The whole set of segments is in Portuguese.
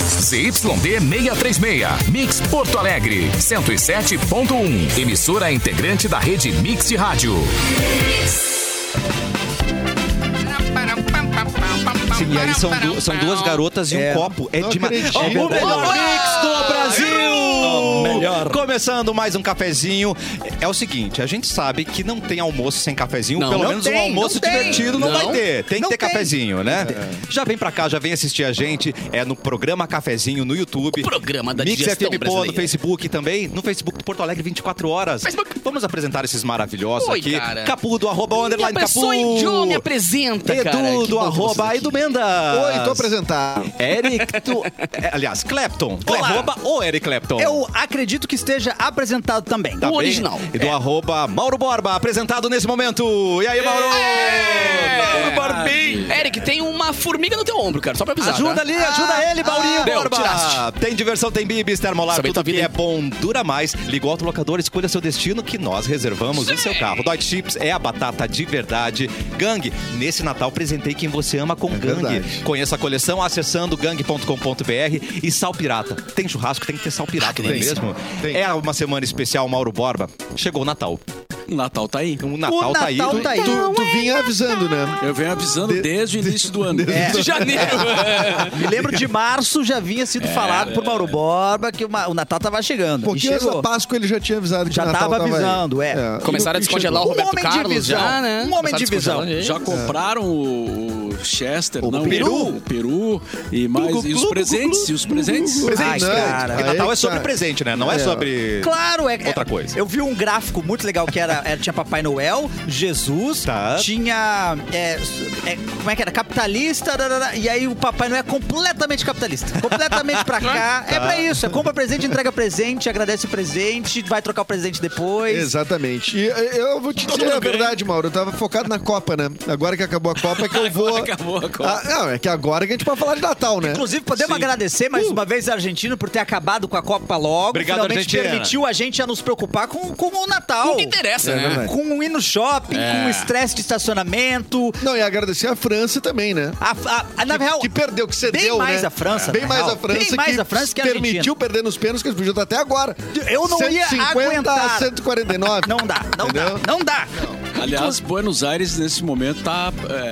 ZYD 636. Mix Porto Alegre, 107.1. Emissora integrante da rede Mix de Rádio. Sim, e aí são, du- são duas garotas e um É, copo. É não demais. acredito. O É melhor verdade. mix do Brasil! O melhor. Começando mais um cafezinho. É o seguinte, a gente sabe que não tem almoço sem cafezinho. Não. Pelo Não menos um tem, almoço não tem. divertido não, Não. vai ter. Tem que Não ter tem. cafezinho, né? Já vem pra cá, já vem assistir a gente. É no programa Cafezinho no YouTube. O programa da Mix digestão FM Pô, no brasileira. Facebook também. No Facebook do Porto Alegre, 24 horas. Vamos apresentar esses maravilhosos Oi, aqui. cara. Capu do arroba Minha underline Capu. pessoa idiota me apresenta, Edu cara. Que do bom ter vocês arroba aqui. Edu Mendas. Oi, tô apresentado. Eric, tu... é, aliás, Clapton. Do Olá. arroba o Eric Clapton. Eu acredito que esteja apresentado também. Tá o bem? original. É. E do arroba Mauro Borba, apresentado nesse momento. E aí, Mauro? Mauro Borbinho. Eric, tem uma formiga no teu ombro, cara. Só pra avisar. Ajuda tá? ali, ajuda ele, Maurinho. deu, Borba. tiraste. Tem diversão, tem bibis, termolar, Sabia tudo tua que vida, é bom dura mais. Liga o autolocador, escolha seu destino que nós reservamos o seu carro. Dodge Chips é a batata de verdade. Gang, nesse Natal presentei quem você ama com Gang. verdade. Conheça a coleção acessando gang.com.br e Sal Pirata. Tem churrasco, tem que ter sal pirata, não é delícia. mesmo? Tem. É uma semana especial, Mauro Borba. Chegou o Natal. O Natal tá aí. O Natal, o tá aí. Natal tá aí. Tu, tu vinha avisando, né? Eu venho avisando desde o início do ano. De janeiro. Me lembro de março, já vinha sido falado por Mauro Borba que o Ma- o Natal tava chegando. Um E pouquinho antes da chegou. Páscoa ele já tinha avisado que Já o Natal tava aí. avisando, é. Começaram a E no fim descongelar o chegou. Roberto homem de Carlos visão. já, né? Um homem de Começaram a visão. descongelar ele. Já compraram o, o Chester, O não, peru? o peru e mais e os presentes, e os presentes. Ai, Não, cara. aí Natal é tá. sobre presente, né? Não é, É. sobre. Claro, é. é- Outra coisa. Eu vi um gráfico muito legal que era, era- tinha Papai Noel, Jesus, Tá. tinha. é, é, como é que era? Capitalista, darará, e aí o Papai Noel é completamente capitalista. Completamente pra cá. Tá. É pra isso. É compra presente, entrega presente, agradece o presente, vai trocar o presente depois. É Exatamente. E eh, eu vou te dizer a verdade, Mauro. Eu tava focado na Copa, né? Agora que acabou a Copa, é que eu vou. acabou a Copa. Ah, não, é que agora que a gente pode falar de Natal, né? Inclusive, podemos agradecer mais uma vez a Argentina por ter acabado com a Copa logo. Uh. Obrigado, Finalmente Argentina. permitiu a gente a nos preocupar com, com o Natal. O que interessa, É, né? Com o ir no shopping, É. com o estresse de estacionamento. Não, e agradecer a França também, né? A, a- a- na real, que perdeu, que cedeu, bem mais né? a França, Bem na mais real. a França, Bem mais a França que a Argentina. permitiu perder nos pênaltis que eles podiam estar até agora. Eu não ia 150 a aguentar. 149. não dá, não Entendeu? dá, não dá. Aliás, Buenos Aires nesse momento tá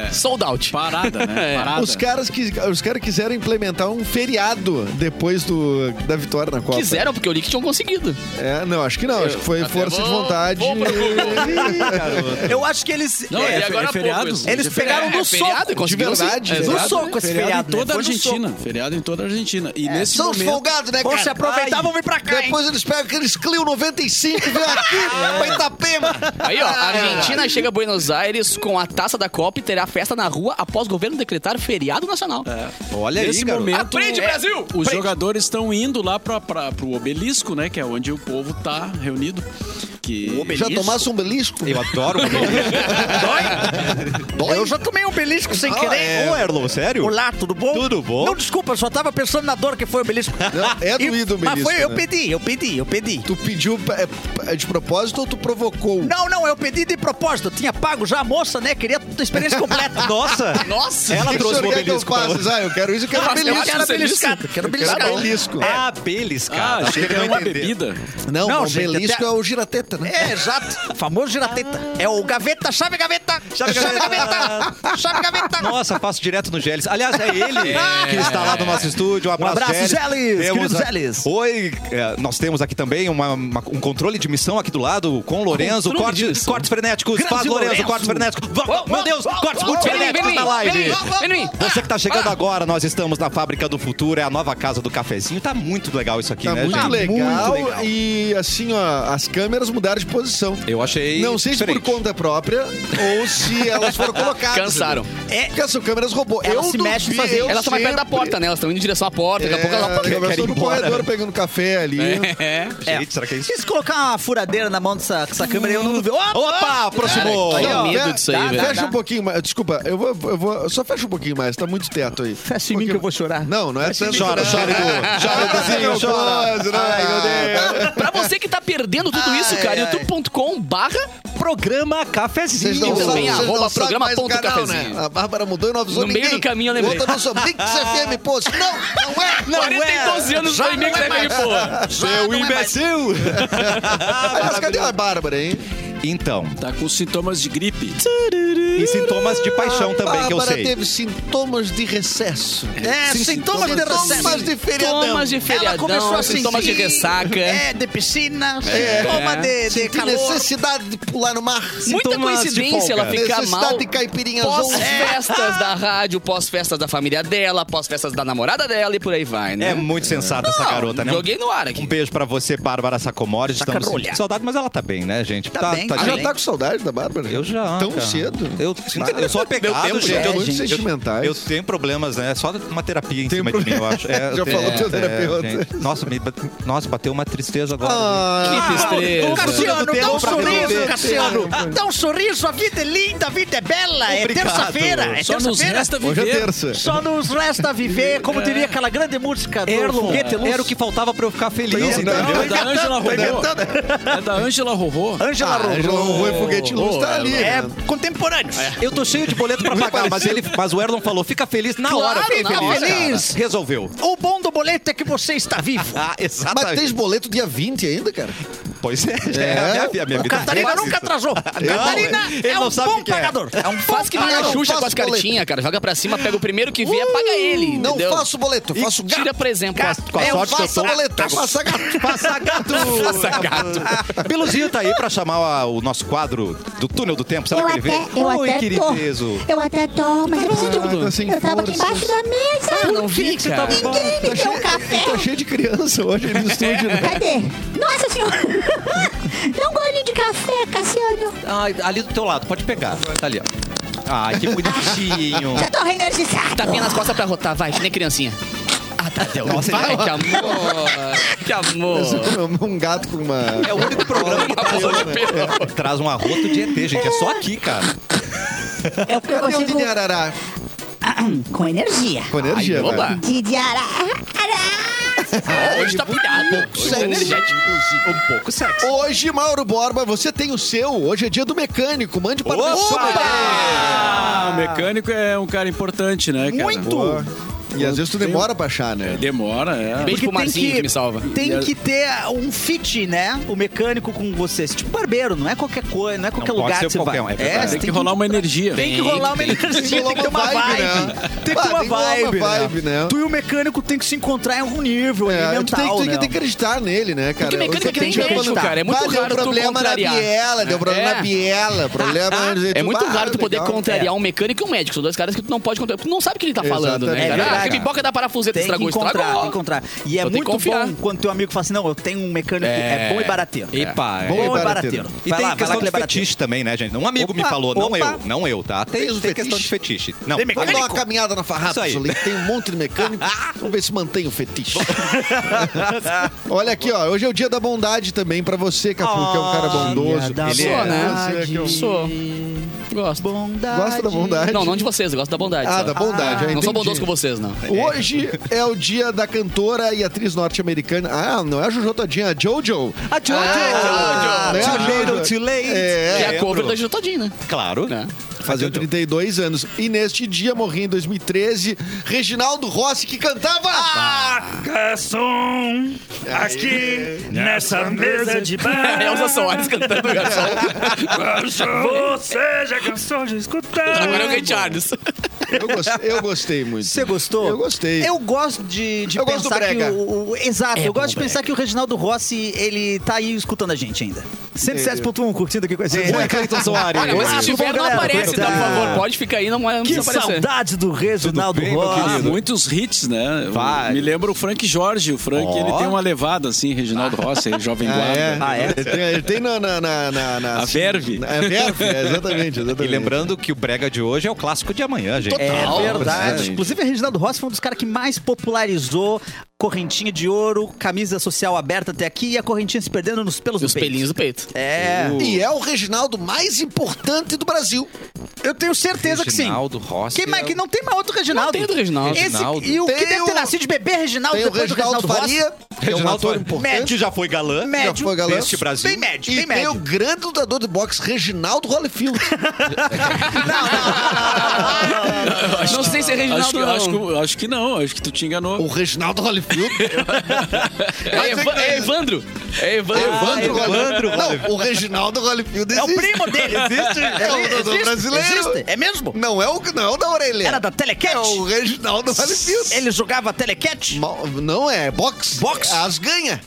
é, Sold out. parada, né? Parada. Os caras, que, os caras quiseram implementar um feriado depois do, da vitória na Copa. Quiseram, porque eu li que tinham conseguido. É, não, acho que não. acho que foi até força de vou- vontade. vou pra Eu acho que eles. Não, é, é, e agora é há feriado. pouco, eles pegaram no É, feriado soco. e conseguiram de verdade, Ah, sim. de no verdade. soco esse Feriado feriado, em toda a né? Foi no Argentina. Feriado em toda a Argentina. E nesse São os momento. folgados, né, Vão cara? se aproveitar, Ai, vão vir pra cá, hein? Depois eles pegam aqueles Clio 95 e vêm aqui pra Itapema. Aí, ó, a Argentina chega a Buenos Aires com a taça da Copa e terá festa na rua após o governo decretar feriado nacional. Olha Nesse aí, garoto. momento, é, Aprende, Brasil! os Aprende. jogadores estão indo lá para o obelisco, né? Que é onde o povo tá reunido. Que... Já tomasse um belisco? Eu adoro o Eu já tomei um belisco sem Ah, Ô, querer. é. Erlon, sério? Olá, tudo bom? Tudo bom? Não, desculpa, eu só tava pensando na dor que foi o belisco. Não, é E- doído o Mas belisco, foi, eu né? pedi, eu pedi, eu pedi. Tu pediu é, é de propósito ou tu provocou? Não, não, eu pedi de propósito. Eu tinha pago já a moça, né? Queria a experiência completa. Nossa! Nossa! Ela O que trouxe o o senhor quer que eu obelisco pra faça? Ah, eu quero isso, eu quero Nossa, eu belisco. quero beliscado, quero Eu quero beliscado. belisco. Ah, belis, Ah, cara. achei que não era uma entender. bebida. Não, Não, o gente, belisco até- é o girateta, né? É, exato. O famoso girateta. É o gaveta, chave gaveta. Chave gaveta. Chave gaveta. Nossa, passo direto no Gélis. Aliás, é ele que está lá no nosso estúdio. Um abraço, abraço, Gélis, Temos querido a- Gélis. Oi, é, nós temos aqui também uma- uma- um controle de missão aqui do lado com o Lorenzo. Controle de Cortes, missão. cortes frenéticos. Faz Lorenzo, Lorenzo. cortes frenéticos. Va- Meu Deus, cortes muito Vem em mim, frenéticos vem em na mim, vem live. em mim, vem em mim. Você que está chegando agora, nós estamos na Fábrica do Futuro, é a nova casa do cafezinho. Tá muito legal isso aqui, Tá né, muito, gente? legal, Muito legal. e assim, ó, as câmeras mudaram de posição. Eu achei Não sei se por diferente. conta própria ou se elas foram colocadas. Cansaram. É. Porque são câmeras robô. Elas eu se mexem duvido, sozinhas. eu Elas estão mais perto da sempre- porta, né? Elas estão indo em direção à porta, daqui a pouco elas. É, elas querem estão ir no embora, corredor né? pegando café ali. É. Gente, será que é isso? Se colocar uma furadeira na mão dessa, dessa câmera, eu não vi. Opa! Opa, aproximou! Cara, que Não, medo fe- disso aí, dá- velho. Fecha Dá. um pouquinho mais. Desculpa, eu vou, eu vou. Só fecha um pouquinho mais, tá muito teto aí. Um Fecha em mim que eu vou chorar. Não, não é tanto. Chora, não. chora, Edu. Chora, Eduzinho, Não, chora. close, não. Ai, meu Deus. Ah, Pra você que tá perdendo tudo isso, cara, youtube.com barra programa Cafezinho. Vocês não Também sabem, vocês arroba não sabem programa mais o ponto canal, cafezinho. né? A Bárbara mudou e não avisou No meio ninguém. do caminho eu lembrei. Outra não soube. Mix FM, pô. Não, não é. Não é. 42 anos Já foi mim que não é levei, mais. pô. Seu imbecil! Aliás, Ah, cadê a Bárbara, hein? Então, Tá com sintomas de gripe. e sintomas de Ah, paixão Então também, que eu Bárbara sei. teve sintomas de recesso. É, Sim, sintomas de Sintomas recesso. de feriadão. Sintomas de Ela começou feriadão, assim. sintomas de sim, ressaca. É, de piscina, sintoma de, de Senti calor. É. necessidade de pular no mar. É Muita sintomas de coincidência ela folga. ficar necessidade mal É. de caipirinha azul. pós-festas É. da rádio, pós-festas da família dela, pós-festas da namorada dela e por aí vai, né? É muito sensata essa Não, garota, né? Joguei no ar aqui. Um beijo pra você, Bárbara Sacomori. Estamos Sacarolha. sentindo saudade, mas ela tá bem, né, gente? Tá bem, Ah, tá já bem. tá com saudade da Bárbara? Eu já. Tão cara. cedo? Eu, eu sou apegado, Meu tempo gente. já é, eu, gente. eu- Sentimentais. Eu, tenho problemas, né? Só uma terapia em Tem cima de mim, eu acho. É, eu Já tenho- falou teu é, terapeuta. gente. nossa, me bate- nossa, bateu uma tristeza agora. Ah, Que tristeza. Ô, Cassiano, Tempo dá um pra sorriso, resolver. Cassiano. Dá um sorriso, a vida é linda, a vida é bela. É Obrigado. terça-feira, é Só nos terça-feira. resta hoje é viver. terça. Só nos resta viver, como diria aquela grande música do Erlon, Foguete Luz. era o que faltava pra eu ficar feliz, Não, entendeu? não. É da Ângela Rorô. É da Ângela Rorô. Ângela é Ah, Rorô. João um Rui Foguete Luz tá ali. É né? contemporâneo. Eu tô cheio de boleto pra pagar, mas, ele, mas o Erlon falou, fica feliz na Claro, hora. eu Fiquei na feliz. hora. cara. Resolveu. O bom do boleto é que você está vivo. Ah, Mas exatamente. tens boleto dia 20 ainda, cara? Pois é, já é, a minha, vida- a minha O vida. Catarina faz nunca isso. atrasou. Catarina ele é não um sabe o bom que é. pagador. É um Faz que nem Ah, a não Xuxa faço com as boleto. cartinhas, cara. Joga pra cima, pega o primeiro que vier, É, paga ele, Não entendeu? faço boleto, E faço gato. Tira presente. Com a Eu sorte que eu faço sou- boleto, faço gato. Passa gato! Passa gato! Peluzinho tá aí pra chamar a- o nosso quadro do Túnel do Tempo. Sabe Eu aquele até, veio? eu Oi, até querido tô. preso. Eu até tô, mas eu preciso de um- tá sem Eu tava aqui força. embaixo da mesa. Ah, não vi, cara. Ninguém me deu um café. Tá cheio de criança hoje no estúdio. né? Cadê? Nossa senhora! Dá um golinho de café, Cassiano. Ai, ali do teu lado, pode pegar. Tá ali, ó. Ai, que bonitinho. Já tô reenergizado. Tapinha nas costas pra rotar, vai, que nem criancinha. Ah, tá, deu. Nossa, vai, é que amor. Que amor. Um gato com uma... É o único programa que tá Amor de pelo. né? Traz um arroto de ET, gente. É só aqui, cara. É o que eu Cadê o consigo Dini Arará? com energia. Com energia, Ai, né? oba. Didi Ará. Hoje tá pilhado. Hoje tá Sexy. energético. Um pouco sexy. Hoje, Mauro Borba, você tem o seu. Hoje é dia do mecânico. Mande para Opa! Ah, o mecânico é um cara importante, né, cara? Muito. E às vezes tu um demora pra achar, É, né? Demora, é. Beijo pro Marzinho que me salva. Tem que ter um fit, né? O mecânico com você. Esse Tipo barbeiro, não é qualquer coisa, não é qualquer pode lugar ser que você qualquer um, vai. é verdade. você Tem que rolar uma energia. Tem que rolar uma energia, tem que ter uma vibe. né? Tem que Ah, ter uma tem que rolar uma vibe, vibe, né? né? Tu e o mecânico tem que se encontrar em algum nível ali, É, tu tem, mental, tu tem, que- né? tem que acreditar nele, né, cara? Porque mecânico Você tem que medo, quando- cara. É muito Ah, raro tu Deu problema na contrariar. biela, deu problema É. na biela. Problema... É muito Ah, raro tu poder legal. contrariar um mecânico e um médico. São dois caras que tu não pode contrariar. Tu não sabe o que ele tá falando, né, Exatamente. cara? É ah, verdade. que pipoca da parafuseta Tem que estragou, encontrar, estragou. tem que encontrar. E é Então tem que muito confiar. bom quando teu amigo fala assim, não, eu tenho um mecânico É. que é bom e barateiro. Epa, é. Bom Bom e e barateiro. barateiro. E Vai tem lá, vai lá questão que de ele é barateiro. fetiche também, né, gente? Um amigo me Opa, falou, não opa. eu, não eu, tá? Tem, Tem os tem questão fetiche? de fetiche. Não, Tem Vamos dar mecânico? uma caminhada na Isso farrapa, aí. Solim. Tem um monte de mecânico. Vamos ver se mantém o fetiche. Olha aqui, ó. Hoje é o dia da bondade também pra você, Capu, que é um cara bondoso. da Ele é. né? Você que é um- Sou. Gosto. Bondade. Gosta da bondade? Não, não de vocês, eu gosto da bondade. Ah, só. da bondade. Não aí sou bondoso com vocês, não. Hoje é o dia da cantora e atriz norte-americana. Ah, não é a Jojo Todinha, é a Jojo. A Jojo. Ah, né? Too Ajuda. little, too late. É, que é lembro. a cover da Gil Todinho, né? Claro. Né? Fazendo 32 anos. E neste dia morria em 2013 Reginaldo Rossi, que cantava. Garçom, aqui nessa mesa de bar. Elza É, Soares cantando garçom. Você já cansou de escutar. Agora é o Ray Charles. Eu gostei, eu gostei muito. Você gostou? Eu gostei. Eu gosto de, de Eu gosto do pensar que brega. o, o- Exato, eu É bom gosto de pensar que o Reginaldo Rossi, ele tá aí escutando a gente ainda. 107.1 curtindo aqui com a gente. Oi, Cleiton Soares. Olha, Ah, mas tipo, Tudo se tiver, bom, não galera? aparece, tá? Por Tá. favor, pode ficar aí, não não Que precisa aparecer. saudade do Reginaldo bem, meu Ah, Rossi. querido? muitos hits, né? Eu- Vários. Me lembra o Frank Jorge. O Frank, Ó. ele tem uma levada, assim, Reginaldo Rossi, jovem Ah, guarda. é? Ah, é? Ele tem, ele tem na, na, na, na- na- A verve. A verve, é, exatamente, exatamente. E lembrando que o brega de hoje é o clássico de amanhã, gente. É Total. verdade. verdade. Inclusive, o Reginaldo Rossi foi um dos caras que mais popularizou correntinha de ouro, camisa social aberta até aqui e a correntinha se perdendo nos pelos E do os peito. pelinhos do peito. É. E é o Reginaldo mais importante do Brasil. Eu tenho certeza que sim. Reginaldo Rossi. Quem é mais, que não tem mais outro Reginaldo. Não tem do Reginaldo. Esse, Reginaldo. e o que Tem deve ter o- nascido de bebê é Reginaldo Tem o depois do Reginaldo Reginaldo Rossi. Faria, que é um Reginaldo ator Faria, importante. Que já foi galã. já foi galã. Deste Brasil. Bem médio, E bem tem médio. o grande lutador de boxe, Reginaldo Holyfield. Não sei se é Acho que, Reginaldo, acho, não. que, acho que não, acho que tu te enganou. o Reginaldo Holyfield. É, Eva- é Evandro. É Evandro. Evandro Evandro Holyfield. Não, o Reginaldo Holyfield Ah, É o existe. primo dele, existe? É o lutador Existe? brasileiro. Existe? É mesmo? Não é o não é o da orelha. Era da Telecat? É o Reginaldo Holyfield. Ele jogava Telecat? Mal- Não é, boxe. Boxe? As ganha.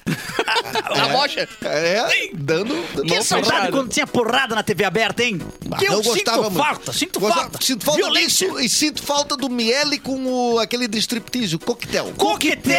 A bocha. É, dando. Que não, saudade porrada. quando tinha porrada na TV aberta, hein? Que eu não gostava sinto muito. falta, sinto Gostava- falta. Sinto falta Violência. disso e sinto falta do Miele com o, aquele de striptease, o coquetel. Coquetel!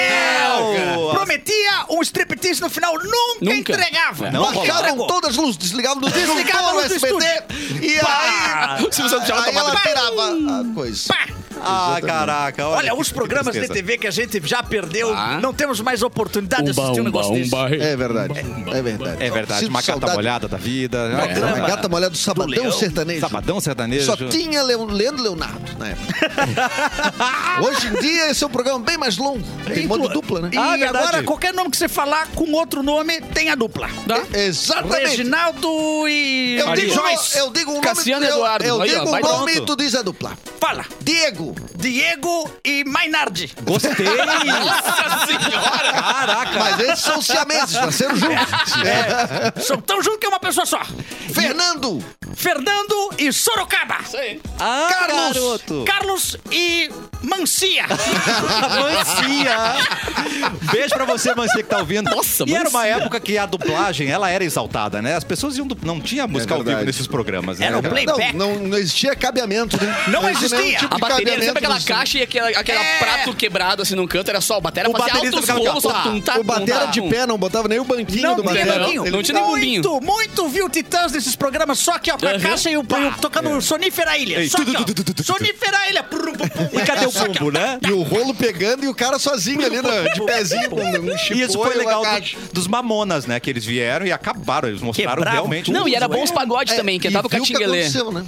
Prometia um striptease no final, nunca, Nunca. entregava. Não Nunca Baixaram entregou. todas as luzes, desligavam no Desligavam disjuntor, a luz do o SBT e Pá! aí, O Silvio Santos tirava a aí ela tomada. tirava a coisa. Pá! Ah, caraca. Olha, Olha, que- os que programas de tristeza. TV que a gente já perdeu, Ah. não temos mais oportunidade de assistir um negócio desse. É verdade, é verdade. É verdade, Sinto uma gata tá saudade. molhada da vida. Nossa, É. uma gata molhada do tá Sabadão Leão, Sertanejo. Sabadão sertanejo. Só tinha Leon- Leandro Leonardo na época. Hoje em dia esse é um programa bem mais longo. Tem modo dupla, né? E Ah, verdade. agora, qualquer nome que você falar com outro nome, tem a dupla. Exatamente. Reginaldo e. Eu Maria digo, Joyce. eu digo um nome. Cassiano eu- Eduardo. Eu, Aí, ó, digo um vai nome pronto. e tu diz a dupla. Fala. Diego. Diego e Mainardi. Gostei. Mas esses são siameses, nasceram juntos. São tão juntos que é uma pessoa só. Fernando. Fernando e Sorocaba. Ah, Carlos. garoto. Carlos e Mancia. Mancia. Beijo pra você, Mancia, que tá ouvindo. Nossa, E era uma Mancia. época que a dublagem, ela era exaltada, né? As pessoas iam... du- Não tinha música ao vivo verdade. nesses programas, né? Era o play- Playback. Não, não, não existia cabeamento, né? Não existia nenhum existia. tipo A de bateria era cabeamento sempre aquela no- caixa e aquele aquela É. prato quebrado assim num canto, era só a bateria O fazia baterista altos ficava rolos, aquela- tá, tum, tá, O tum, tá, batera de tum. pé não botava nem o banquinho Não um do tem batera. é. banquinho. Não tinha nem bombinho. Muito, muito viu titãs desses programas, só que ó, com a Aham. caixa e o, e o tocando Sonífera Ilha. Ei, Só tu, que, ó, tu, tu, tu, tu, tu. Sonífera Ilha. Prum, pum, pum. E cadê o bumbo, né? E o rolo pegando e o cara sozinho ali, na- de pezinho, com um E chicoio isso foi legal na do- caixa. dos mamonas, né? Que eles vieram e acabaram. Eles mostraram Quebravam realmente... Não, e era tudo, bons né? pagodes também, que É, e entrava o viu que Catinguelê. aconteceu, né?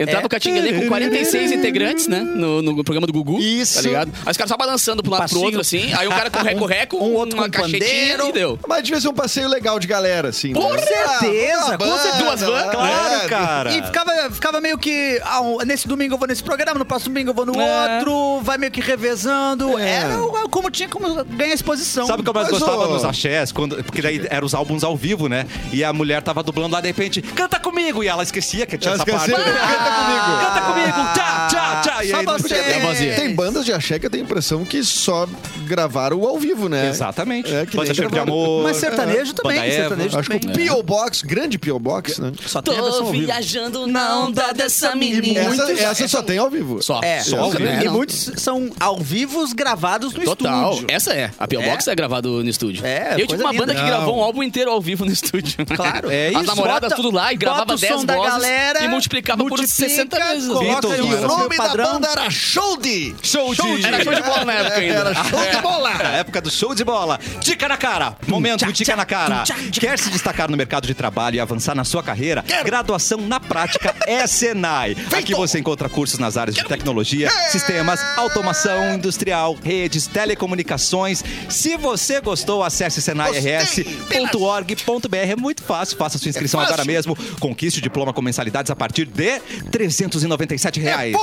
Entrava o Catinguelê com 46 integrantes, né? No, no programa do Gugu. Isso. Tá ligado? Aí os caras só balançando pro lado pro Passinho. outro, assim. Aí um cara com reco-reco, Um- um outro uma com cachetinha pandeiro. e deu. Mas devia ser um passeio legal de galera, assim. Com né? certeza, Ah, uma com banda, certeza. Duas vans, né? Claro, cara. E ficava, ficava meio que. ah, um- nesse domingo eu vou nesse programa, no próximo domingo eu vou no É. outro, vai meio que revezando. É. Era o- como tinha como ganhar exposição. Sabe o que eu mais Mas, gostava ô- nos axés? Quando, porque daí eram os álbuns ao vivo, né? E a mulher tava dublando lá, de repente, canta comigo! E ela esquecia que tinha Ela essa esqueceu, parte. Ah! canta Canta comigo. comigo! Tchá, tchá, tchá! E Só aí, não você. sei o quê. É vazia. Tem bandas de axé que eu tenho a impressão que só gravaram ao vivo, né? Exatamente. É, que Banda nem Cheiro de gravaram. Amor. Mas sertanejo Banda também, Eva. É. sertanejo Acho que também. o P.O. Box, grande P.O. Box, né? Só tem a versão Tô ao vivo. viajando na onda dessa menina. Essa, essa só tem ao vivo. Só. né? É, Só ao vivo. e muitos são ao vivos gravados no Total. estúdio. Essa é. A P.O. É? Box é gravado no estúdio. É, Eu tive coisa uma linda. banda que gravou um álbum inteiro ao vivo no estúdio. Claro. É As isso. namoradas Bota- tudo lá e gravava bota o 10 vozes som da galera, e multiplicava por multiplica, 60 vezes. coloca Beatles, E não o era nome da padrão. banda era Show de... Show de... Era show de bola na época ainda. Era show É. de bola. É. A época do show de bola. Dica na cara. Momento tchá, dica tchá, na cara. tum, tchá, dica Quer se destacar no mercado de trabalho e avançar na sua carreira? Graduação na prática é Senai. Aqui você encontra cursos nas áreas de tecnologia, sistemas, automação industrial, redes, telecomunicações. Se você gostou, acesse senairs.org.br. É muito fácil. Faça sua inscrição agora mesmo. Conquiste o diploma com mensalidades a partir de R$ 397 reais.